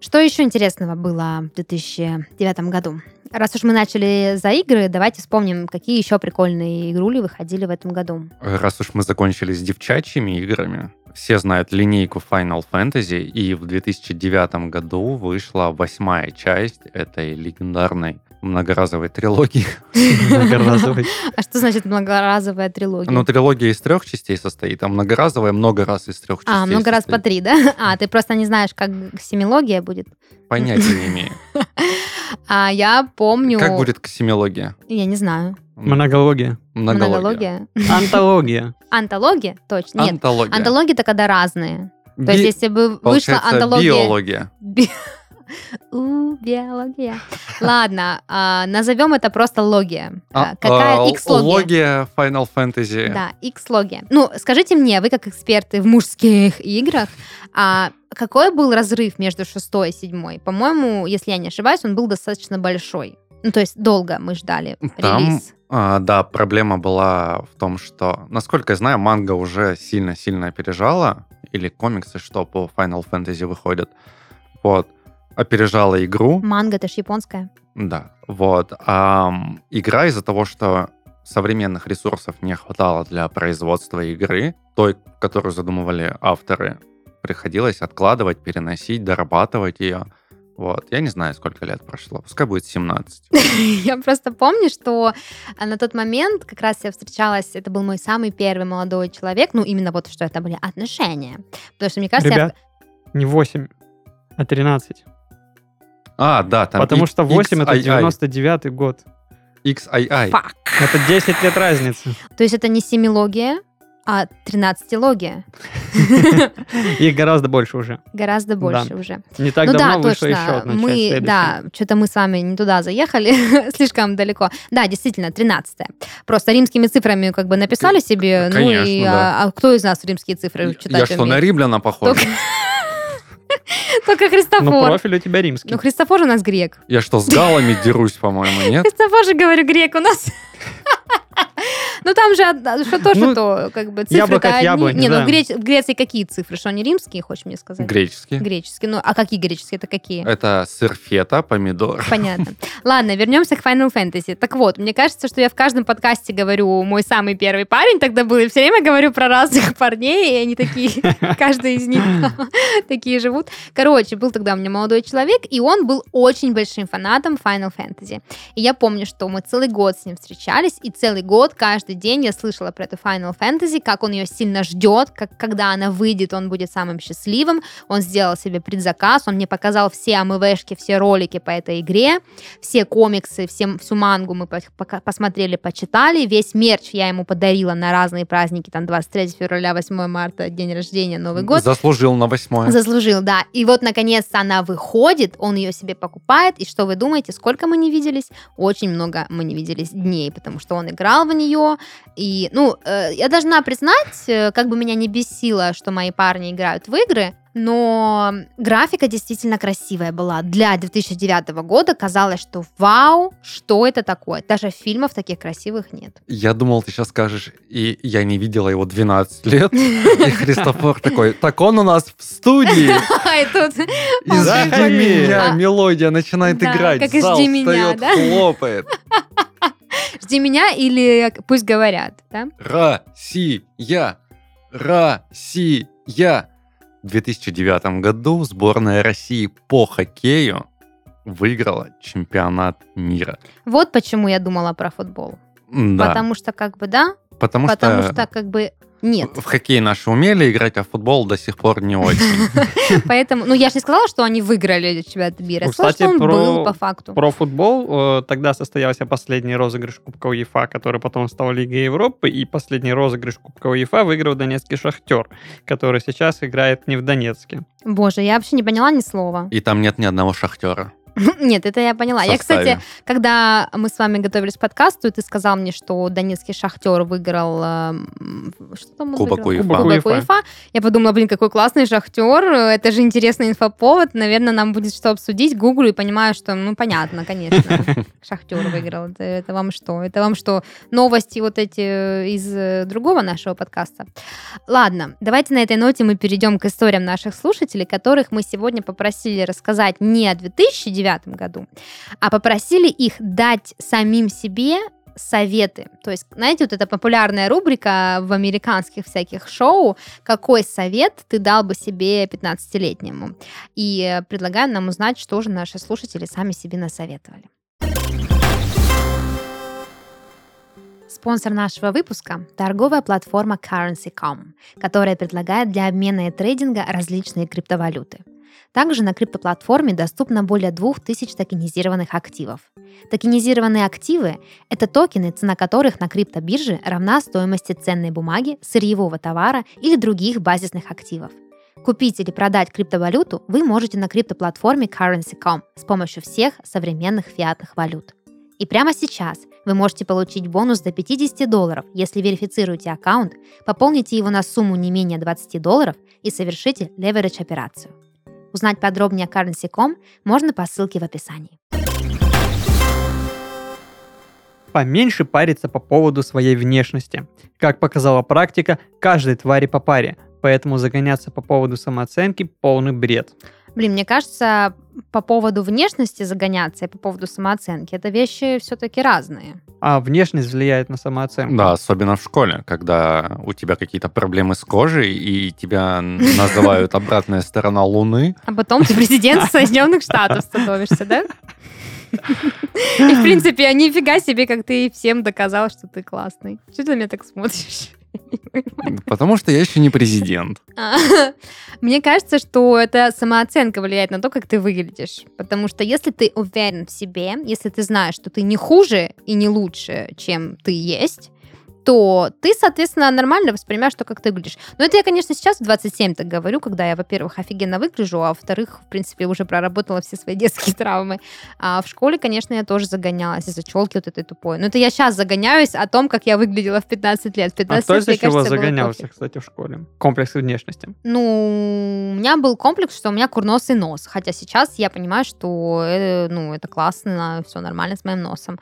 [SPEAKER 2] Что еще интересного было в 2009 году? Раз уж мы начали за игры, давайте вспомним, какие еще прикольные игрули выходили в этом году.
[SPEAKER 1] Раз уж мы закончили с девчачьими играми, все знают линейку Final Fantasy, и в 2009 году вышла восьмая часть этой легендарной многоразовой трилогии.
[SPEAKER 3] Многоразовый.
[SPEAKER 2] А что значит многоразовая трилогия? А,
[SPEAKER 1] Ну, трилогия из трех частей состоит, а многоразовая много раз из трех частей
[SPEAKER 2] а, много раз по
[SPEAKER 1] состоит.
[SPEAKER 2] три, да? А, ты просто не знаешь, как семилогия будет.
[SPEAKER 1] Понятия не имею.
[SPEAKER 2] А я помню...
[SPEAKER 1] Как будет косемиология?
[SPEAKER 2] Я не знаю.
[SPEAKER 3] Монология.
[SPEAKER 2] Монология?
[SPEAKER 3] Антология.
[SPEAKER 2] Антология? Точно. Нет.
[SPEAKER 1] Антология.
[SPEAKER 2] Антологии это когда разные. То есть,
[SPEAKER 1] Би-
[SPEAKER 2] если бы вышла
[SPEAKER 1] Получается,
[SPEAKER 2] антология...
[SPEAKER 1] биология.
[SPEAKER 2] Би- У, биология. Ладно, а, назовем это просто логия.
[SPEAKER 1] А,
[SPEAKER 2] А, Какая
[SPEAKER 1] а,
[SPEAKER 2] икс-логия?
[SPEAKER 1] Логия Final Fantasy.
[SPEAKER 2] Да, икс-логия. Ну, скажите мне, вы как эксперты в мужских играх, а какой был разрыв между шестой и седьмой? По-моему, если я не ошибаюсь, он был достаточно большой. Ну, то есть долго мы ждали
[SPEAKER 1] Там
[SPEAKER 2] релиз.
[SPEAKER 1] А, да, проблема была в том, что, насколько я знаю, манга уже сильно-сильно опережала, или комиксы, что по Final Fantasy выходят, вот, опережала игру,
[SPEAKER 2] Манга, это ж японская.
[SPEAKER 1] да, вот. Ам, игра из-за того, что современных ресурсов не хватало для производства игры, той, которую задумывали авторы, приходилось откладывать, переносить, дорабатывать ее. Вот, я не знаю, сколько лет прошло, пускай будет 17.
[SPEAKER 2] Я просто помню, что а, на тот момент как раз я встречалась, это был мой самый первый молодой человек, ну именно вот что это были отношения. Потому что, мне кажется, я-
[SPEAKER 3] Ребят, не 8, а 13.
[SPEAKER 1] А, да, там
[SPEAKER 3] Потому
[SPEAKER 1] и-
[SPEAKER 3] что 8 это
[SPEAKER 1] XII.
[SPEAKER 3] 99 год.
[SPEAKER 1] XII.
[SPEAKER 2] Фак.
[SPEAKER 3] Это 10 лет разницы.
[SPEAKER 2] То есть это не семилогия, а тринадцатилогия.
[SPEAKER 3] Их гораздо больше уже.
[SPEAKER 2] Гораздо больше уже.
[SPEAKER 3] Не так
[SPEAKER 2] ну
[SPEAKER 3] давно
[SPEAKER 2] да,
[SPEAKER 3] вышло
[SPEAKER 2] точно.
[SPEAKER 3] еще одна часть,
[SPEAKER 2] мы,
[SPEAKER 3] следующая.
[SPEAKER 2] да, что-то мы с вами не туда заехали, слишком далеко. Да, действительно, 13 Просто римскими цифрами как бы написали себе, ну и
[SPEAKER 1] конечно, да.
[SPEAKER 2] а, а кто из нас римские цифры читать
[SPEAKER 1] Я что, на
[SPEAKER 2] умеет?
[SPEAKER 1] Риблина похож?
[SPEAKER 2] Только- Только
[SPEAKER 3] Но
[SPEAKER 2] Христофор.
[SPEAKER 3] профиль у тебя римский.
[SPEAKER 2] Ну, Христофор у нас грек.
[SPEAKER 1] Я что, с галами дерусь, по-моему, нет?
[SPEAKER 2] Христофор же, говорю, грек у нас. Ну, там же одна- что то, что
[SPEAKER 3] Ну,
[SPEAKER 2] то, как бы
[SPEAKER 3] яблоко
[SPEAKER 2] цифры
[SPEAKER 3] как яблони,
[SPEAKER 2] Не, ну
[SPEAKER 3] да.
[SPEAKER 2] в Греч- в Греции какие цифры? Что они римские, хочешь мне сказать?
[SPEAKER 1] Греческий.
[SPEAKER 2] Греческие. Ну, а какие греческие? Это какие?
[SPEAKER 1] Это сыр фета, помидор.
[SPEAKER 2] Понятно. Ладно, вернемся к Final Fantasy. Так вот, мне кажется, что я в каждом подкасте говорю мой самый первый парень тогда был, и все время говорю про разных парней, и они такие, каждый из них такие живут. Короче, был тогда у меня молодой человек, и он был очень большим фанатом Final Fantasy. И я помню, что мы целый год с ним встречались, и целый год, каждый день я слышала про эту Final Fantasy, как он ее сильно ждет, как когда она выйдет, он будет самым счастливым, он сделал себе предзаказ, он мне показал все АМВшки, все ролики по этой игре, все комиксы, всем, всю мангу мы пос- пока- посмотрели, почитали, весь мерч я ему подарила на разные праздники, там 23 февраля, 8 марта, день рождения, Новый год.
[SPEAKER 1] Заслужил на восьмое.
[SPEAKER 2] Заслужил, да. И вот, наконец-то, она выходит, он ее себе покупает. И что вы думаете, сколько мы не виделись? Очень много мы не виделись дней, потому что он играл в нее. И, ну, э, я должна признать, э, как бы меня не бесило, что мои парни играют в игры, но графика действительно красивая была. Для 2009 года казалось, что вау, что это такое? Даже фильмов таких красивых нет.
[SPEAKER 1] Я думал, ты сейчас скажешь, и я не видела его 12 лет. И Христофор такой, так он у нас в студии.
[SPEAKER 2] И тут Он
[SPEAKER 1] Извини
[SPEAKER 3] такой,
[SPEAKER 1] меня,
[SPEAKER 2] а,
[SPEAKER 1] мелодия начинает
[SPEAKER 2] да,
[SPEAKER 1] играть.
[SPEAKER 2] как из
[SPEAKER 1] Зал
[SPEAKER 2] «Жди меня»,
[SPEAKER 1] встает,
[SPEAKER 2] да?
[SPEAKER 1] хлопает.
[SPEAKER 2] «Жди меня» или «Пусть говорят». Да?
[SPEAKER 1] Россия! Россия! В 2009 году сборная России по хоккею выиграла чемпионат мира.
[SPEAKER 2] Вот почему я думала про футбол.
[SPEAKER 1] Да,
[SPEAKER 2] Потому что как бы да,
[SPEAKER 1] потому,
[SPEAKER 2] потому что как бы нет.
[SPEAKER 1] в хоккей наши умели играть, а в футбол до сих пор не очень.
[SPEAKER 2] Поэтому, ну я же не сказала, что они выиграли чемпионат мира. Я
[SPEAKER 3] Ну,
[SPEAKER 2] сказала, что
[SPEAKER 3] кстати,
[SPEAKER 2] он
[SPEAKER 3] про-
[SPEAKER 2] был по факту.
[SPEAKER 3] Про футбол э, тогда состоялся последний розыгрыш Кубка УЕФА, который потом стал Лигой Европы, и последний розыгрыш Кубка УЕФА выиграл донецкий «Шахтер», который сейчас играет не в Донецке.
[SPEAKER 2] Боже, я вообще не поняла ни слова.
[SPEAKER 1] И там нет ни одного шахтера.
[SPEAKER 2] Нет, это я поняла.
[SPEAKER 1] в
[SPEAKER 2] А, Я, кстати,
[SPEAKER 1] составе.
[SPEAKER 2] Когда мы с вами готовились к подкасту, и ты сказал мне, что донецкий шахтер выиграл... эм, Что там он
[SPEAKER 1] Кубок
[SPEAKER 2] выиграл?
[SPEAKER 1] УЕФА.
[SPEAKER 2] Кубок
[SPEAKER 3] Кубок
[SPEAKER 2] УЕФА. Я подумала, блин, какой классный шахтер. Это же интересный инфоповод. Наверное, нам будет что обсудить. Гуглю и понимаю, что, ну, понятно, конечно. Шахтер выиграл. Это, это вам что? Это вам что? Новости вот эти из э, другого нашего подкаста. Ладно, давайте на этой ноте мы перейдем к историям наших слушателей, которых мы сегодня попросили рассказать не о 2009 году, а попросили их дать самим себе советы. То есть, знаете, вот эта популярная рубрика в американских всяких шоу «Какой совет ты дал бы себе 15-летнему?» И э, предлагаю нам узнать, что же наши слушатели сами себе насоветовали. Спонсор нашего выпуска – торговая платформа Currency.com, которая предлагает для обмена и трейдинга различные криптовалюты. Также на криптоплатформе доступно более 2000 токенизированных активов. Токенизированные активы – это токены, цена которых на криптобирже равна стоимости ценной бумаги, сырьевого товара или других базисных активов. Купить или продать криптовалюту вы можете на криптоплатформе Currency.com с помощью всех современных фиатных валют. И прямо сейчас вы можете получить бонус до 50 долларов, если верифицируете аккаунт, пополните его на сумму не менее 20 долларов и совершите леверидж операцию. Узнать подробнее о Currency.com можно по ссылке в описании.
[SPEAKER 3] Поменьше париться по поводу своей внешности. Как показала практика, каждой твари по паре, поэтому загоняться по поводу самооценки – полный бред.
[SPEAKER 2] Блин, мне кажется, по поводу внешности загоняться и по поводу самооценки это вещи все-таки разные.
[SPEAKER 3] А внешность влияет на самооценку.
[SPEAKER 1] Да, особенно в школе, когда у тебя какие-то проблемы с кожей, и тебя называют обратная сторона Луны.
[SPEAKER 2] А потом ты президент Соединенных Штатов становишься, да? И, в принципе, а нифига себе, как ты всем доказал, что ты классный. Что ты на меня так смотришь?
[SPEAKER 1] Потому что я еще не президент.
[SPEAKER 2] А, Мне кажется, что это самооценка влияет на то, как ты выглядишь. Потому что если ты уверен в себе, если ты знаешь, что ты не хуже и не лучше, чем ты есть, то ты, соответственно, нормально воспринимаешь то, как ты выглядишь. Но это я, конечно, сейчас в 27 так говорю, когда я, во-первых, офигенно выгляжу, а во-вторых, в принципе, уже проработала все свои детские травмы. А в школе, конечно, я тоже загонялась из-за челки вот этой тупой. Но это я сейчас загоняюсь о том, как я выглядела в 15 лет. В 15
[SPEAKER 3] А кто
[SPEAKER 2] лет,
[SPEAKER 3] из-за
[SPEAKER 2] мне
[SPEAKER 3] чего
[SPEAKER 2] кажется, было
[SPEAKER 3] загонялся,
[SPEAKER 2] пофиг.
[SPEAKER 3] кстати, в школе? Комплексы внешности.
[SPEAKER 2] Ну, у меня был комплекс, что у меня курносый нос. Хотя сейчас я понимаю, что э, ну, это классно, все нормально с моим носом.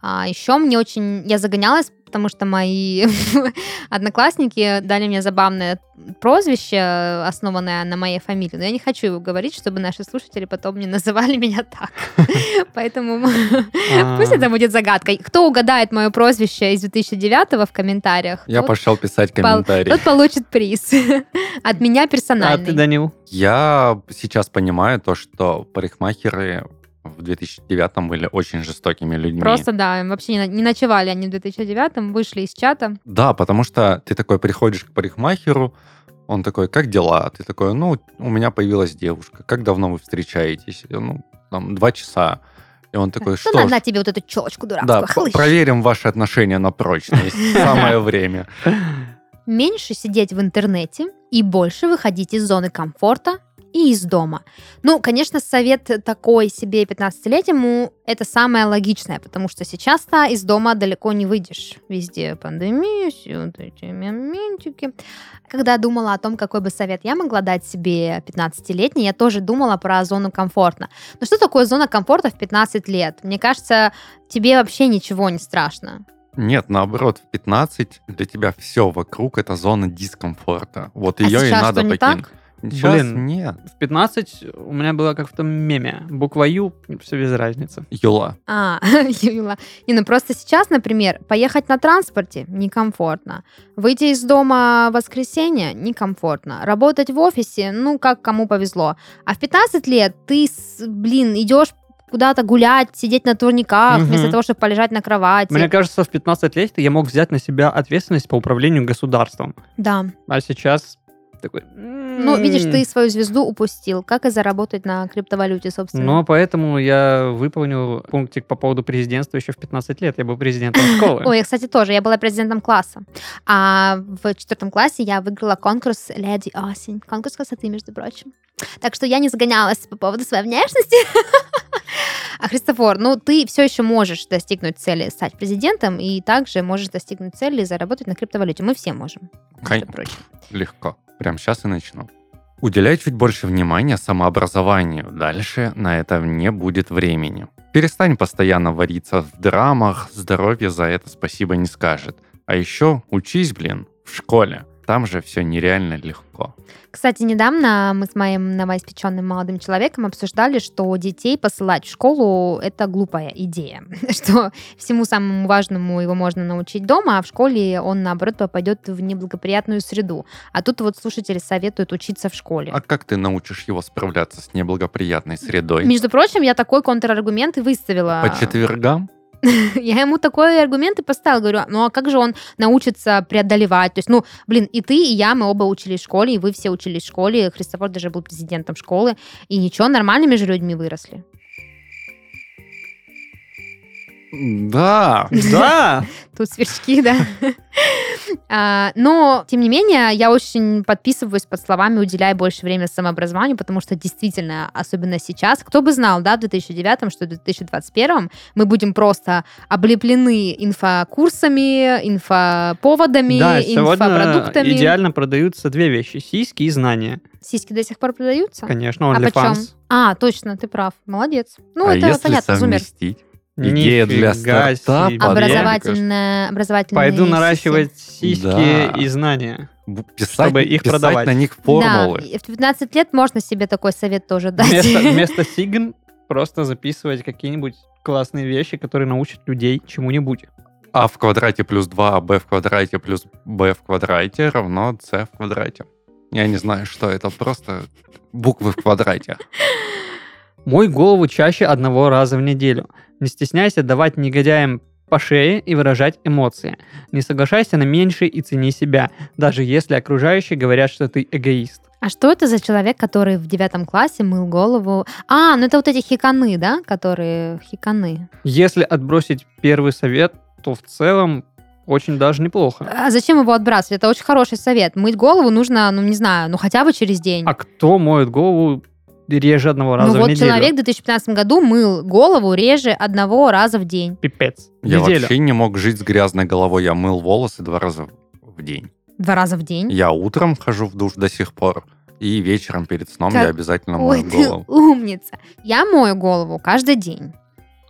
[SPEAKER 2] А еще мне очень... Я загонялась, потому что мои одноклассники дали мне забавное прозвище, основанное на моей фамилии. Но я не хочу его говорить, чтобы наши слушатели потом не называли меня так. Поэтому пусть
[SPEAKER 3] А.
[SPEAKER 2] это будет загадкой. Кто угадает мое прозвище из 2009 в комментариях,
[SPEAKER 1] Я
[SPEAKER 2] тот-
[SPEAKER 1] пошел писать
[SPEAKER 2] пол-
[SPEAKER 1] комментарий.
[SPEAKER 2] тот получит приз. От меня
[SPEAKER 3] А
[SPEAKER 2] персональный.
[SPEAKER 3] ты, Данил?
[SPEAKER 1] Я сейчас понимаю то, что парикмахеры в 2009 были очень жестокими людьми.
[SPEAKER 2] Просто, да, вообще не, на- не ночевали они в 2009-м, вышли из чата.
[SPEAKER 1] Да, потому что ты такой приходишь к парикмахеру, он такой, как дела? Ты такой, ну, у меня появилась девушка. Как давно вы встречаетесь? Я, Ну, там, два часа. И он такой, что
[SPEAKER 2] Что Ну, на,
[SPEAKER 1] ж,
[SPEAKER 2] на тебе вот эту челочку дурацкую,
[SPEAKER 1] да,
[SPEAKER 2] хлыщ».
[SPEAKER 1] проверим ваши отношения на прочность. Самое время.
[SPEAKER 2] Меньше сидеть в интернете и больше выходить из зоны комфорта и из дома. Ну, конечно, совет такой себе 15-летнему – это самое логичное, потому что сейчас-то из дома далеко не выйдешь. Везде пандемия, все вот эти моментики. Когда думала о том, какой бы совет я могла дать себе 15-летней, я тоже думала про зону комфорта. Но что такое зона комфорта в 15 лет? Мне кажется, тебе вообще ничего не страшно.
[SPEAKER 1] Нет, наоборот, в 15 для тебя все вокруг это зона дискомфорта. Вот
[SPEAKER 2] А
[SPEAKER 1] ее и
[SPEAKER 2] сейчас
[SPEAKER 1] надо
[SPEAKER 2] что, не
[SPEAKER 1] покинуть.
[SPEAKER 2] так?
[SPEAKER 1] Сейчас
[SPEAKER 3] Блин.
[SPEAKER 1] нет.
[SPEAKER 3] В 15 у меня было как в том меме. Буква Ю, все без разницы.
[SPEAKER 1] Юла.
[SPEAKER 2] А, Юла. Не, ну просто сейчас, например, поехать на транспорте некомфортно. Выйти из дома в воскресенье некомфортно. Работать в офисе, ну, как кому повезло. А в 15 лет ты, с- блин, идешь куда-то гулять, сидеть на турниках,
[SPEAKER 3] Мгм.
[SPEAKER 2] вместо того, чтобы полежать на кровати.
[SPEAKER 3] Мне кажется, в 15 лет я мог взять на себя ответственность по управлению государством.
[SPEAKER 2] Да.
[SPEAKER 3] А сейчас такой...
[SPEAKER 2] Ну, видишь, ты свою звезду упустил. Как и заработать на криптовалюте, собственно.
[SPEAKER 3] Но поэтому я выполнил пунктик по поводу президентства еще в 15 лет. Я был президентом школы.
[SPEAKER 2] Ой, я, кстати, тоже. Я была президентом класса. А в четвертом классе я выиграла конкурс «Леди Осень». Конкурс красоты, между прочим. Так что я не загонялась по поводу своей внешности. А, Христофор, ну ты все еще можешь достигнуть цели стать президентом и также можешь достигнуть цели заработать на криптовалюте. Мы все можем. между
[SPEAKER 1] Кон-
[SPEAKER 2] прочим.
[SPEAKER 1] Легко. Прям сейчас и начну. Уделяй чуть больше внимания самообразованию. Дальше на это не будет времени. Перестань постоянно вариться в драмах, здоровье за это спасибо не скажет. А еще учись, блин, в школе. Там же все нереально легко.
[SPEAKER 2] Кстати, недавно мы с моим новоиспеченным молодым человеком обсуждали, что детей посылать в школу – это глупая идея. Что всему самому важному его можно научить дома, а в школе он, наоборот, попадет в неблагоприятную среду. А тут вот слушатели советуют учиться в школе.
[SPEAKER 1] А как ты научишь его справляться с неблагоприятной средой?
[SPEAKER 2] Между прочим, я такой контраргумент и выставила.
[SPEAKER 1] По четвергам?
[SPEAKER 2] Я ему такой аргумент и поставила. Говорю, ну а как же он научится преодолевать? То есть, ну, блин, и ты, и я, мы оба учились в школе, и вы все учились в школе. Христофор даже был президентом школы. И ничего, нормальными же людьми выросли.
[SPEAKER 1] Да.
[SPEAKER 3] Да!
[SPEAKER 2] Тут сверчки, да. А, Но, тем не менее, я очень подписываюсь под словами «уделяй больше время самообразованию», потому что действительно, особенно сейчас, кто бы знал, да, в 2009, что в 2021 мы будем просто облеплены инфокурсами, инфоповодами,
[SPEAKER 3] Да, сегодня
[SPEAKER 2] инфопродуктами.
[SPEAKER 3] идеально продаются две вещи. Сиськи и знания.
[SPEAKER 2] Сиськи до сих пор продаются?
[SPEAKER 3] Конечно,
[SPEAKER 2] А почем?
[SPEAKER 3] OnlyFans.
[SPEAKER 2] А, точно, ты прав. Молодец. Ну,
[SPEAKER 1] а
[SPEAKER 2] это
[SPEAKER 1] если
[SPEAKER 2] понятно, зумер.
[SPEAKER 1] совместить? Идея для
[SPEAKER 3] Нифига
[SPEAKER 1] стартапа,
[SPEAKER 3] себе.
[SPEAKER 1] да?
[SPEAKER 2] Образовательное, образовательные
[SPEAKER 3] Пойду
[SPEAKER 2] сиси.
[SPEAKER 3] наращивать сиськи
[SPEAKER 1] Да.
[SPEAKER 3] и знания.
[SPEAKER 1] Б- Писать,
[SPEAKER 3] Чтобы их
[SPEAKER 1] писать
[SPEAKER 3] продавать.
[SPEAKER 1] на них
[SPEAKER 2] Да,
[SPEAKER 1] формулы.
[SPEAKER 2] и в 15 лет можно себе такой совет тоже дать.
[SPEAKER 3] Вместо, вместо сигн просто записывать какие-нибудь классные вещи, которые научат людей чему-нибудь.
[SPEAKER 1] А в квадрате плюс 2, а b в квадрате плюс b в квадрате равно c в квадрате. Я не знаю, что это, просто буквы в квадрате.
[SPEAKER 3] Мой голову чаще одного раза в неделю. Не стесняйся давать негодяям по шее и выражать эмоции. Не соглашайся на меньшее и цени себя, даже если окружающие говорят, что ты эгоист.
[SPEAKER 2] А что это за человек, который в девятом классе мыл голову? А, ну это вот эти хиканы, да, которые хиканы.
[SPEAKER 3] Если отбросить первый совет, то в целом очень даже неплохо.
[SPEAKER 2] А зачем его отбрасывать? Это очень хороший совет. Мыть голову нужно, ну не знаю, ну хотя бы через день.
[SPEAKER 3] А кто моет голову реже одного раза
[SPEAKER 2] ну вот
[SPEAKER 3] в неделю?
[SPEAKER 2] человек в 2015 году мыл голову реже одного раза в день.
[SPEAKER 3] Пипец.
[SPEAKER 1] Я
[SPEAKER 3] Неделю.
[SPEAKER 1] вообще не мог жить с грязной головой. Я мыл волосы два раза в день.
[SPEAKER 2] Два раза в день.
[SPEAKER 1] Я утром хожу в душ до сих пор. И вечером перед сном
[SPEAKER 2] Как-
[SPEAKER 1] я обязательно
[SPEAKER 2] Ой,
[SPEAKER 1] мою
[SPEAKER 2] ты
[SPEAKER 1] голову.
[SPEAKER 2] умница. Я мою голову каждый день.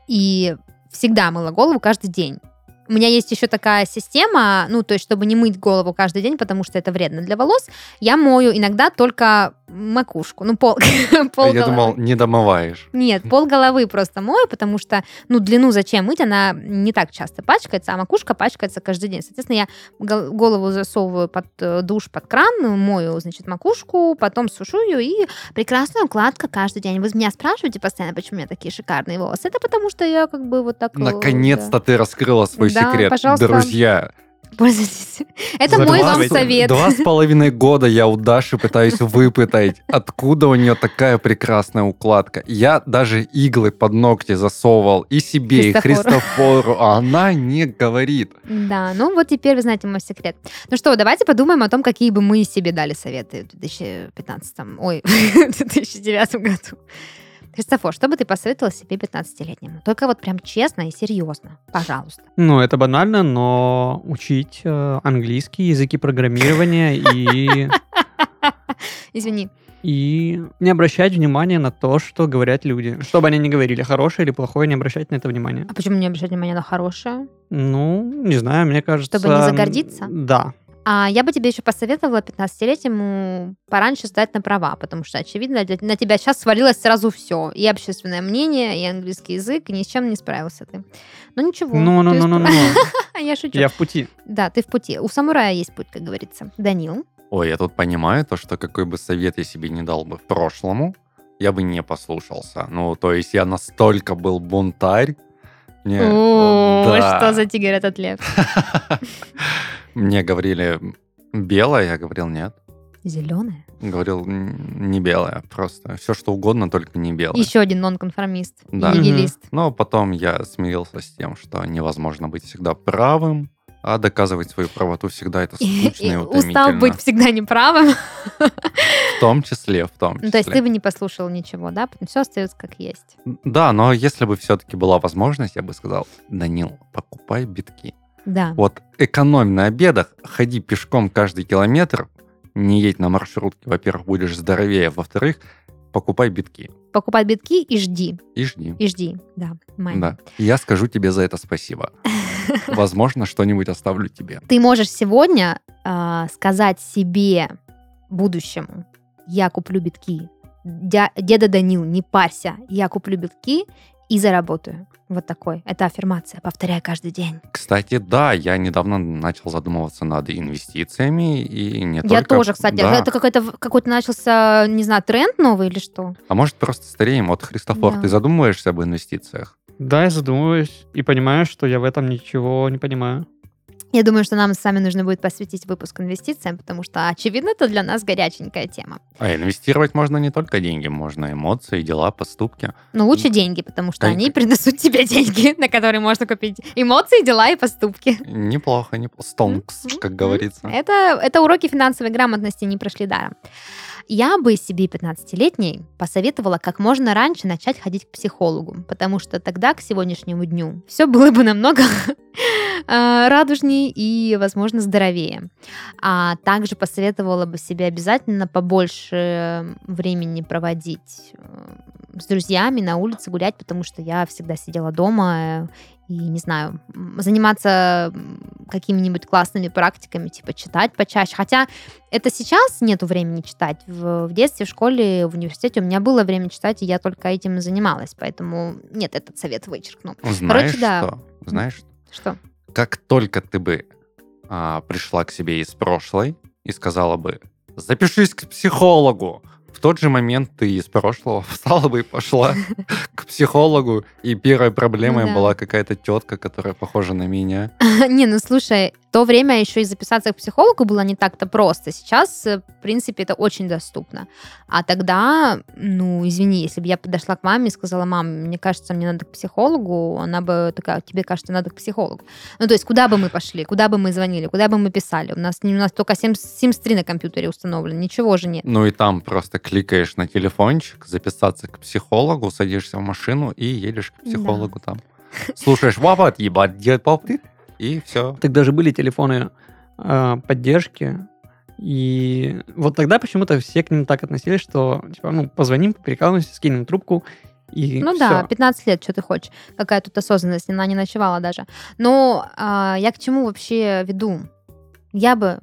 [SPEAKER 2] И всегда мыла голову каждый день. У меня есть еще такая система, ну, то есть, чтобы не мыть голову каждый день, потому что это вредно для волос, я мою иногда только макушку, ну, пол, пол
[SPEAKER 1] я думал, не домываешь.
[SPEAKER 2] Нет, пол головы просто мою, потому что, ну, длину зачем мыть, она не так часто пачкается, а макушка пачкается каждый день. Соответственно, я гол- голову засовываю под э, душ, под кран, мою, значит, макушку, потом сушу ее, и прекрасная укладка каждый день. Вы меня спрашиваете постоянно, почему у меня такие шикарные волосы. Это потому что я как бы вот так... э,
[SPEAKER 1] Наконец-то ты раскрыла свой
[SPEAKER 2] Да,
[SPEAKER 1] секрет.
[SPEAKER 2] пожалуйста.
[SPEAKER 1] Друзья,
[SPEAKER 2] Пользуйтесь. Это мой вам
[SPEAKER 3] Зарабатывайте.
[SPEAKER 2] совет.
[SPEAKER 1] Два с половиной года я у Даши пытаюсь выпытать, откуда у нее такая прекрасная укладка. Я даже иглы под ногти засовывал и себе, и
[SPEAKER 2] Христофору.
[SPEAKER 1] Христофору, а она не говорит.
[SPEAKER 2] Да, ну вот теперь вы знаете мой секрет. Ну что, давайте подумаем о том, какие бы мы себе дали советы в 2015, ой, в 2009 году. Христофор, что бы ты посоветовал себе 15-летнему? Только вот прям честно и серьезно, пожалуйста.
[SPEAKER 3] Ну, это банально, но учить э, английский, языки программирования и,
[SPEAKER 2] Извини.
[SPEAKER 3] и не обращать внимания на то, что говорят люди. Что бы они ни говорили, хорошее или плохое, не обращать на это внимания.
[SPEAKER 2] А почему не обращать внимание на хорошее?
[SPEAKER 3] Ну, не знаю, мне кажется...
[SPEAKER 2] Чтобы не
[SPEAKER 3] м,
[SPEAKER 2] загордиться?
[SPEAKER 3] Да.
[SPEAKER 2] А я бы тебе еще посоветовала 15-летнему пораньше сдать на права, потому что, очевидно, для- на тебя сейчас свалилось сразу все. И общественное мнение, и английский язык, и ни с чем не справился ты. Ну ничего.
[SPEAKER 3] Ну, ну,
[SPEAKER 2] ты
[SPEAKER 3] ну, ну,
[SPEAKER 2] испра-
[SPEAKER 3] ну.
[SPEAKER 2] Я шучу.
[SPEAKER 3] Я в пути.
[SPEAKER 2] Да, ты в пути. У самурая есть путь, как говорится. Данил.
[SPEAKER 1] Ой, я тут понимаю то, что какой бы совет я себе не дал бы в прошлому, я бы не послушался. Ну, то есть я настолько был бунтарь. Мне, Э, да.
[SPEAKER 2] что за тигр этот лев?
[SPEAKER 1] Мне говорили белое, я говорил нет.
[SPEAKER 2] Зеленая.
[SPEAKER 1] Говорил м, не белое, просто все что угодно, только не белое.
[SPEAKER 2] Еще один нонконформист. и
[SPEAKER 1] Да.
[SPEAKER 2] Нигилист.
[SPEAKER 1] Но потом я смирился с тем, что невозможно быть всегда правым, а доказывать свою правоту всегда это
[SPEAKER 2] И-
[SPEAKER 1] скучно и,
[SPEAKER 2] и Устал
[SPEAKER 1] утомительно.
[SPEAKER 2] быть всегда неправым.
[SPEAKER 1] В том числе, в том числе.
[SPEAKER 2] Ну, То есть ты бы не послушал ничего, да? Все остается как есть.
[SPEAKER 1] Да, но если бы все-таки была возможность, я бы сказал, Данил, покупай битки.
[SPEAKER 2] Да.
[SPEAKER 1] Вот экономь на обедах, ходи пешком каждый километр, не едь на маршрутке, во-первых, будешь здоровее, а во-вторых, покупай битки
[SPEAKER 2] Покупай битки и жди.
[SPEAKER 1] и жди.
[SPEAKER 2] И жди. Да, Мань.
[SPEAKER 1] Да. И Я скажу тебе за это спасибо. Возможно, что-нибудь оставлю тебе.
[SPEAKER 2] Ты можешь сегодня а, сказать себе будущему, я куплю битки. Дя- деда Данил, не парься, я куплю битки и заработаю. Вот такой. Это аффирмация. Повторяй каждый день.
[SPEAKER 1] Кстати, да, я недавно начал задумываться над инвестициями и не
[SPEAKER 2] Я
[SPEAKER 1] только-
[SPEAKER 2] тоже, кстати.
[SPEAKER 1] Да.
[SPEAKER 2] Это какой-то, в- какой-то начался, не знаю, тренд новый или что?
[SPEAKER 1] А может, просто стареем? Вот, Христофор,
[SPEAKER 2] Да.
[SPEAKER 1] ты задумываешься об инвестициях?
[SPEAKER 3] Да, я задумываюсь и понимаю, что я в этом ничего не понимаю.
[SPEAKER 2] Я думаю, что нам с вами нужно будет посвятить выпуск инвестициям, потому что, очевидно, это для нас горяченькая тема.
[SPEAKER 1] А инвестировать можно не только деньги, можно эмоции, дела, поступки.
[SPEAKER 2] Но лучше деньги, потому
[SPEAKER 1] Да,
[SPEAKER 2] что они
[SPEAKER 1] и-
[SPEAKER 2] принесут тебе деньги, на которые можно купить эмоции, дела и поступки.
[SPEAKER 1] Неплохо, неплохо. Стонкс,
[SPEAKER 2] М,
[SPEAKER 1] как
[SPEAKER 2] м,
[SPEAKER 1] говорится.
[SPEAKER 2] Это, это уроки финансовой грамотности не прошли даром. Я бы себе 15-летней посоветовала как можно раньше начать ходить к психологу, потому что тогда, к сегодняшнему дню, все было бы намного э, радужнее и, возможно, здоровее. А также посоветовала бы себе обязательно побольше времени проводить э, с друзьями на улице гулять, потому что я всегда сидела дома э, и, не знаю, м, заниматься м, какими-нибудь классными практиками, типа читать почаще. Хотя это сейчас нету времени читать. В, в детстве, в школе, в университете у меня было время читать, и я только этим и занималась. Поэтому нет, этот совет вычеркну.
[SPEAKER 1] Знаешь
[SPEAKER 2] да.
[SPEAKER 1] что? Знаешь, что?
[SPEAKER 2] Что?
[SPEAKER 1] как только ты бы а, пришла к себе из прошлой и сказала бы «Запишись к психологу», в тот же момент ты из прошлого встала бы и пошла к психологу, и первой проблемой
[SPEAKER 2] Ну да.
[SPEAKER 1] была какая-то тетка, которая похожа на меня.
[SPEAKER 2] Не, ну слушай, в то время еще и записаться к психологу было не так-то просто. Сейчас, э, в принципе, это очень доступно. А тогда, ну, извини, если бы я подошла к маме и сказала, мам, мне кажется, мне надо к психологу, она бы такая, тебе кажется, надо к психологу. Ну, то есть, куда бы мы пошли, куда бы мы звонили, куда бы мы писали. У нас, у нас только Sims, Sims 3 на компьютере установлен, ничего же нет.
[SPEAKER 1] Ну и там просто кликаешь на телефончик, записаться к психологу, садишься в машину и едешь к психологу там. Слушаешь, вапат, ебать, делать попыт, и все.
[SPEAKER 3] Тогда же были телефоны э, поддержки. И вот тогда почему-то все к ним так относились, что типа, ну, позвоним, прикалываемся, скинем трубку. И
[SPEAKER 2] Ну
[SPEAKER 3] всё.
[SPEAKER 2] да, 15 лет, что ты хочешь. Какая тут осознанность, она не ночевала даже. Но а, я к чему вообще веду? Я бы,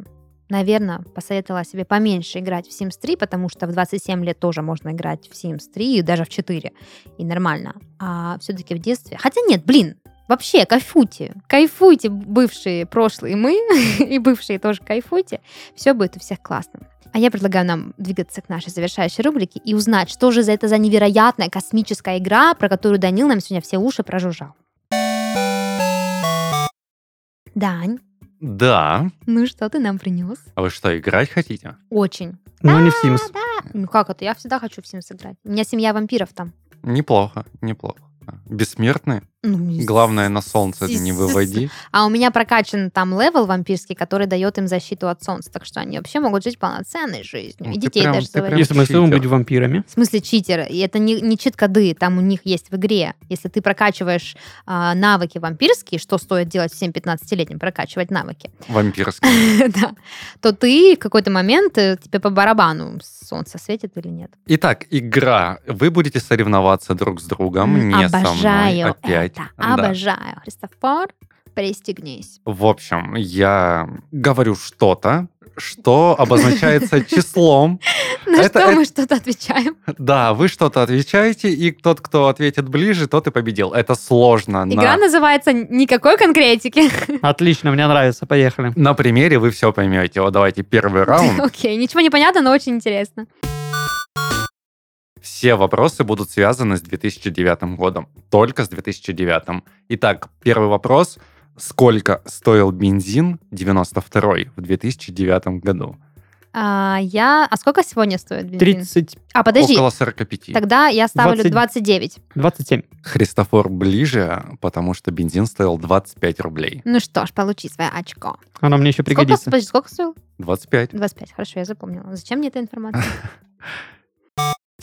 [SPEAKER 2] наверное, посоветовала себе поменьше играть в Sims 3, потому что в 27 лет тоже можно играть в Sims 3, и даже в 4, и нормально. А все-таки в детстве... Хотя нет, блин, вообще кайфуйте. Кайфуйте, бывшие, прошлые мы, и бывшие тоже кайфуйте. Все будет у всех классно. А я предлагаю нам двигаться к нашей завершающей рубрике и узнать, что же за это за невероятная космическая игра, про которую Данил нам сегодня все уши прожужжал. Дань,
[SPEAKER 1] Да.
[SPEAKER 2] Ну что ты нам принес?
[SPEAKER 1] А вы что, играть хотите?
[SPEAKER 2] Очень.
[SPEAKER 3] Но не в Sims.
[SPEAKER 2] Ну как это? Я всегда хочу в Sims сыграть. У меня семья вампиров там.
[SPEAKER 1] Неплохо, неплохо. Бессмертные.
[SPEAKER 2] Ну, и
[SPEAKER 1] Главное,
[SPEAKER 2] с-
[SPEAKER 1] на солнце это не
[SPEAKER 2] с-
[SPEAKER 1] выводи.
[SPEAKER 2] А у меня прокачан там левел вампирский, который дает им защиту от солнца. Так что они вообще могут жить полноценной жизнью.
[SPEAKER 1] Ну,
[SPEAKER 2] И
[SPEAKER 1] ты
[SPEAKER 2] детей
[SPEAKER 1] прям-
[SPEAKER 2] даже
[SPEAKER 1] ты
[SPEAKER 2] заводить.
[SPEAKER 1] прям
[SPEAKER 3] Если мы сумму
[SPEAKER 1] читер.
[SPEAKER 3] быть вампирами.
[SPEAKER 2] В смысле читеры? И это не, не чит-коды, там у них есть в игре. Если ты прокачиваешь а, навыки вампирские, что стоит делать всем 15-летним, прокачивать навыки,
[SPEAKER 1] Вампирские.
[SPEAKER 2] да, то ты в какой-то момент э, тебе по барабану солнце светит или нет.
[SPEAKER 1] Итак, игра. Вы будете соревноваться друг с другом,
[SPEAKER 2] М,
[SPEAKER 1] не со мной
[SPEAKER 2] Обожаю
[SPEAKER 1] опять.
[SPEAKER 2] это.
[SPEAKER 1] Да.
[SPEAKER 2] Обожаю. Христофор, пристегнись.
[SPEAKER 1] В общем, я говорю что-то, что обозначается числом.
[SPEAKER 2] На
[SPEAKER 1] Это-
[SPEAKER 2] что
[SPEAKER 1] это-
[SPEAKER 2] мы что-то отвечаем?
[SPEAKER 1] Да, вы что-то отвечаете, и тот, кто ответит ближе, тот и победил. Это сложно. на-
[SPEAKER 2] Игра называется «Никакой конкретики».
[SPEAKER 3] Отлично, мне нравится, поехали.
[SPEAKER 1] На примере вы все поймете. Вот давайте первый раунд.
[SPEAKER 2] Окей, ничего не понятно, но очень интересно.
[SPEAKER 1] Все вопросы будут связаны с 2009 годом. Только с 2009. Итак, первый вопрос. Сколько стоил бензин 92 в 2009 году?
[SPEAKER 2] А, я... А сколько сегодня стоит бензин?
[SPEAKER 3] 30,
[SPEAKER 2] А, подожди.
[SPEAKER 1] Около 45.
[SPEAKER 2] Тогда я ставлю
[SPEAKER 3] 20.
[SPEAKER 2] 29.
[SPEAKER 3] 27.
[SPEAKER 1] Христофор ближе, потому что бензин стоил 25 рублей.
[SPEAKER 2] Ну что ж, получи свое очко.
[SPEAKER 3] Она мне еще
[SPEAKER 2] Сколько,
[SPEAKER 3] пригодится.
[SPEAKER 2] подожди, сколько стоил?
[SPEAKER 1] 25.
[SPEAKER 2] 25. Хорошо, я запомнила. Зачем мне эта информация?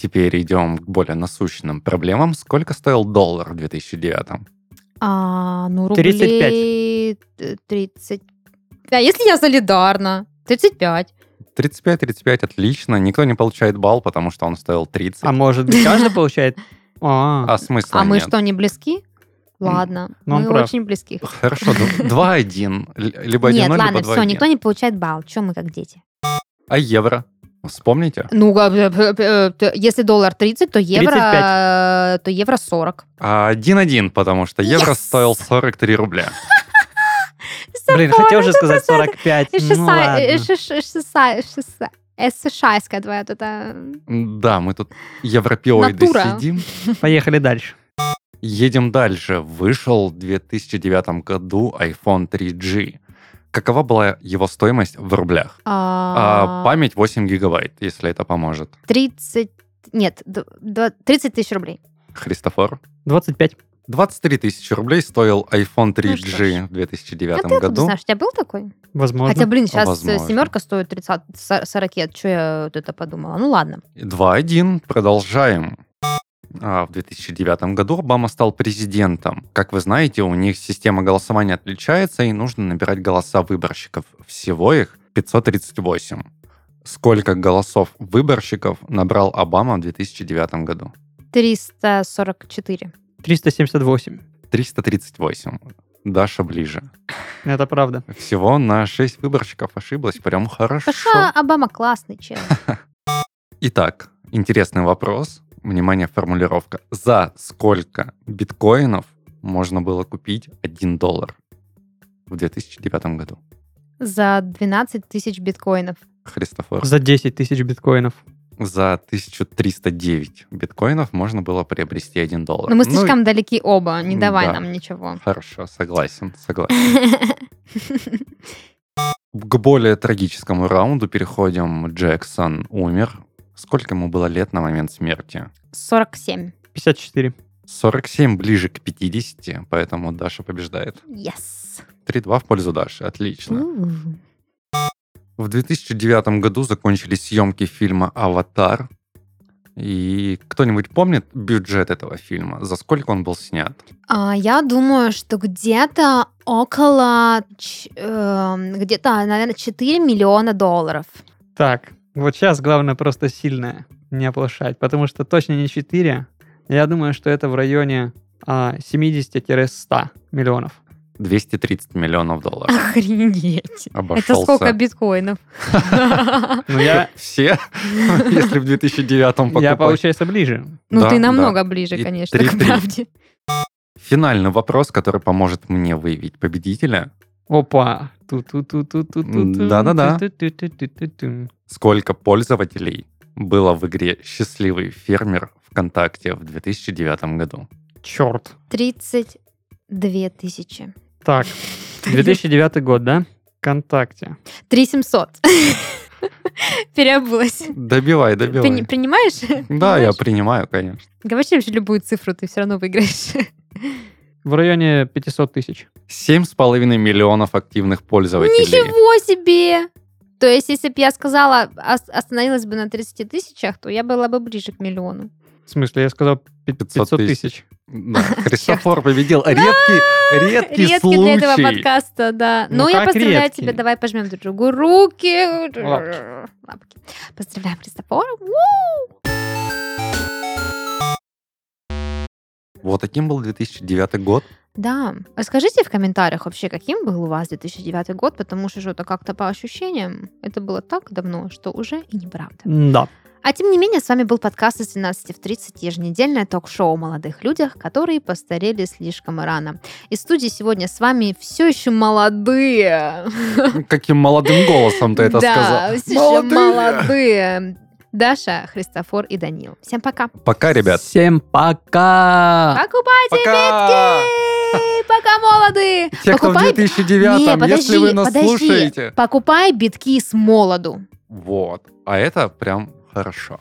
[SPEAKER 1] Теперь идем к более насущным проблемам. Сколько стоил доллар в 2009?
[SPEAKER 2] А, ну,
[SPEAKER 3] 35.
[SPEAKER 2] рублей... 30. А если я солидарна? 35.
[SPEAKER 1] 35-35, отлично. Никто не получает балл, потому что он стоил 30.
[SPEAKER 3] А может быть, каждый получает? А,
[SPEAKER 1] А смысла
[SPEAKER 2] А мы
[SPEAKER 1] нет.
[SPEAKER 2] что, не близки? Ладно,
[SPEAKER 3] ну, он
[SPEAKER 2] мы
[SPEAKER 3] прав.
[SPEAKER 2] очень близки.
[SPEAKER 1] Хорошо, ну, 2-1. Л- Либо 1-0,
[SPEAKER 2] Нет,
[SPEAKER 1] либо
[SPEAKER 2] ладно,
[SPEAKER 1] 2-1.
[SPEAKER 2] все, никто не получает балл. Чем мы как дети?
[SPEAKER 1] А евро? Вспомните?
[SPEAKER 2] Ну, га- э, э, э, если доллар 30, то евро,
[SPEAKER 3] 35.
[SPEAKER 2] э, то евро 40.
[SPEAKER 1] А, 1-1, потому что евро
[SPEAKER 2] Yes!
[SPEAKER 1] стоил 43 рубля.
[SPEAKER 3] блин, хотел же сказать 45.
[SPEAKER 2] И
[SPEAKER 3] Ну
[SPEAKER 2] шеса- э,
[SPEAKER 3] ладно.
[SPEAKER 2] шиш- э, шеса- э, шеса- э, сшайская твоя вот эта...
[SPEAKER 1] Да, мы тут европеоиды
[SPEAKER 2] Натура.
[SPEAKER 1] сидим.
[SPEAKER 3] Поехали дальше.
[SPEAKER 1] Едем дальше. Вышел в 2009 году iPhone 3G. Какова была его стоимость в рублях? А,
[SPEAKER 2] а,
[SPEAKER 1] память 8 гигабайт, если это поможет.
[SPEAKER 2] 30... Нет, д- два- 30 тысяч рублей.
[SPEAKER 1] Христофор?
[SPEAKER 3] 25.
[SPEAKER 1] 23 тысячи рублей стоил iPhone
[SPEAKER 2] что ж.
[SPEAKER 1] 3G в
[SPEAKER 2] А
[SPEAKER 1] 2009
[SPEAKER 2] ты откуда
[SPEAKER 1] году.
[SPEAKER 2] знаешь, у тебя был такой?
[SPEAKER 3] Возможно.
[SPEAKER 2] Хотя, блин, сейчас
[SPEAKER 1] Возможно.
[SPEAKER 2] семерка стоит 30, 40, что я вот это подумала? Ну ладно.
[SPEAKER 1] 2-1. Продолжаем. А, В 2009 году Обама стал президентом. Как вы знаете, у них система голосования отличается, и нужно набирать голоса выборщиков. Всего их 538. Сколько голосов выборщиков набрал Обама в 2009 году?
[SPEAKER 2] 344.
[SPEAKER 3] 378.
[SPEAKER 1] 338. Даша ближе.
[SPEAKER 3] Это правда.
[SPEAKER 1] Всего на 6 выборщиков ошиблась. Прям хорошо.
[SPEAKER 2] Паша Обама классный чел.
[SPEAKER 1] Итак, интересный вопрос. Внимание, формулировка. За сколько биткоинов можно было купить 1 доллар в 2009 году?
[SPEAKER 2] За 12 тысяч биткоинов.
[SPEAKER 1] Христофор.
[SPEAKER 3] За 10 тысяч биткоинов.
[SPEAKER 1] За 1309 биткоинов можно было приобрести 1 доллар.
[SPEAKER 2] Но мы
[SPEAKER 1] Ну,
[SPEAKER 2] слишком далеки оба, не давай
[SPEAKER 1] да.
[SPEAKER 2] нам ничего.
[SPEAKER 1] Хорошо, согласен, согласен. К более трагическому раунду переходим. Джексон умер. Сколько ему было лет на момент смерти?
[SPEAKER 2] 47.
[SPEAKER 3] 54.
[SPEAKER 1] 47 ближе к 50, поэтому Даша побеждает.
[SPEAKER 2] Yes.
[SPEAKER 1] 3-2 в пользу Даши, отлично.
[SPEAKER 2] Ууу.
[SPEAKER 1] В 2009 году закончились съемки фильма «Аватар». И кто-нибудь помнит бюджет этого фильма? За сколько он был снят?
[SPEAKER 2] А, Я думаю, что где-то около, ч- эм, где-то, наверное, 4 миллиона долларов.
[SPEAKER 3] Так, вот сейчас главное просто сильное не оплошать, потому что точно не 4. Я думаю, что это в районе а, 70-100 миллионов.
[SPEAKER 1] 230 миллионов долларов.
[SPEAKER 2] Охренеть.
[SPEAKER 1] Обошелся.
[SPEAKER 2] Это сколько биткоинов?
[SPEAKER 3] Ну, я,
[SPEAKER 1] Все, если в 2009 покупать.
[SPEAKER 3] я, получается, ближе.
[SPEAKER 2] Ну,
[SPEAKER 1] Да,
[SPEAKER 2] ты
[SPEAKER 1] да.
[SPEAKER 2] намного ближе,
[SPEAKER 1] И
[SPEAKER 2] конечно,
[SPEAKER 1] три-
[SPEAKER 2] к
[SPEAKER 1] три.
[SPEAKER 2] правде.
[SPEAKER 1] Финальный вопрос, который поможет мне выявить победителя.
[SPEAKER 3] Опа. Ту-ту-ту-ту-ту-ту-ту.
[SPEAKER 1] Да-да-да.
[SPEAKER 3] Ту-ту-ту-ту-ту-ту.
[SPEAKER 1] Сколько пользователей было в игре «Счастливый фермер» ВКонтакте в 2009 году?
[SPEAKER 3] Черт.
[SPEAKER 2] 32 тысячи.
[SPEAKER 3] Так, 2009 год, да? ВКонтакте.
[SPEAKER 2] 3700. Переобулась.
[SPEAKER 1] Добивай,
[SPEAKER 2] При-
[SPEAKER 1] добивай.
[SPEAKER 2] Принимаешь?
[SPEAKER 1] Да, я
[SPEAKER 2] Понимаешь?
[SPEAKER 1] принимаю, конечно.
[SPEAKER 2] Говори вообще любую цифру, ты все равно выиграешь.
[SPEAKER 3] В районе 500 тысяч.
[SPEAKER 1] 7,5 миллионов активных пользователей.
[SPEAKER 2] Ничего себе! То есть, если бы я сказала, ос- остановилась бы на 30 тысячах, то я была бы ближе к миллиону.
[SPEAKER 3] В смысле, я сказал пи- 500
[SPEAKER 1] 500 тысяч.
[SPEAKER 3] тысяч.
[SPEAKER 1] Да, Христофор победил. Редкий, редкий,
[SPEAKER 2] Редкий для
[SPEAKER 1] случай.
[SPEAKER 2] этого подкаста, да.
[SPEAKER 3] Ну,
[SPEAKER 2] Но я
[SPEAKER 3] как
[SPEAKER 2] поздравляю
[SPEAKER 3] редкий.
[SPEAKER 2] тебя, давай пожмем друг другу руки.
[SPEAKER 3] Лапки.
[SPEAKER 2] Лапки. Поздравляем Христофора. У!
[SPEAKER 1] Вот таким был 2009 год.
[SPEAKER 2] Да. Расскажите в комментариях вообще, каким был у вас 2009 год, потому что что-то как-то по ощущениям это было так давно, что уже и неправда.
[SPEAKER 3] Да.
[SPEAKER 2] А тем не менее, с вами был подкаст из 17 в 30, еженедельное ток-шоу о молодых людях, которые постарели слишком рано. Из студии сегодня с вами все еще молодые.
[SPEAKER 1] Каким молодым голосом ты это
[SPEAKER 2] да,
[SPEAKER 1] сказал.
[SPEAKER 2] все еще молодые. Даша, Христофор и Данил. Всем пока.
[SPEAKER 1] Пока, ребят.
[SPEAKER 3] Всем
[SPEAKER 1] А.
[SPEAKER 3] пока.
[SPEAKER 2] Покупайте
[SPEAKER 1] Пока.
[SPEAKER 2] битки! Пока молодые!
[SPEAKER 1] А. Те, кто в
[SPEAKER 2] Покупай...
[SPEAKER 1] 2009,
[SPEAKER 2] Не,
[SPEAKER 1] если
[SPEAKER 2] подожди,
[SPEAKER 1] вы нас
[SPEAKER 2] подожди.
[SPEAKER 1] слушаете.
[SPEAKER 2] Покупай битки с молоду.
[SPEAKER 1] Вот. А это прям хорошо.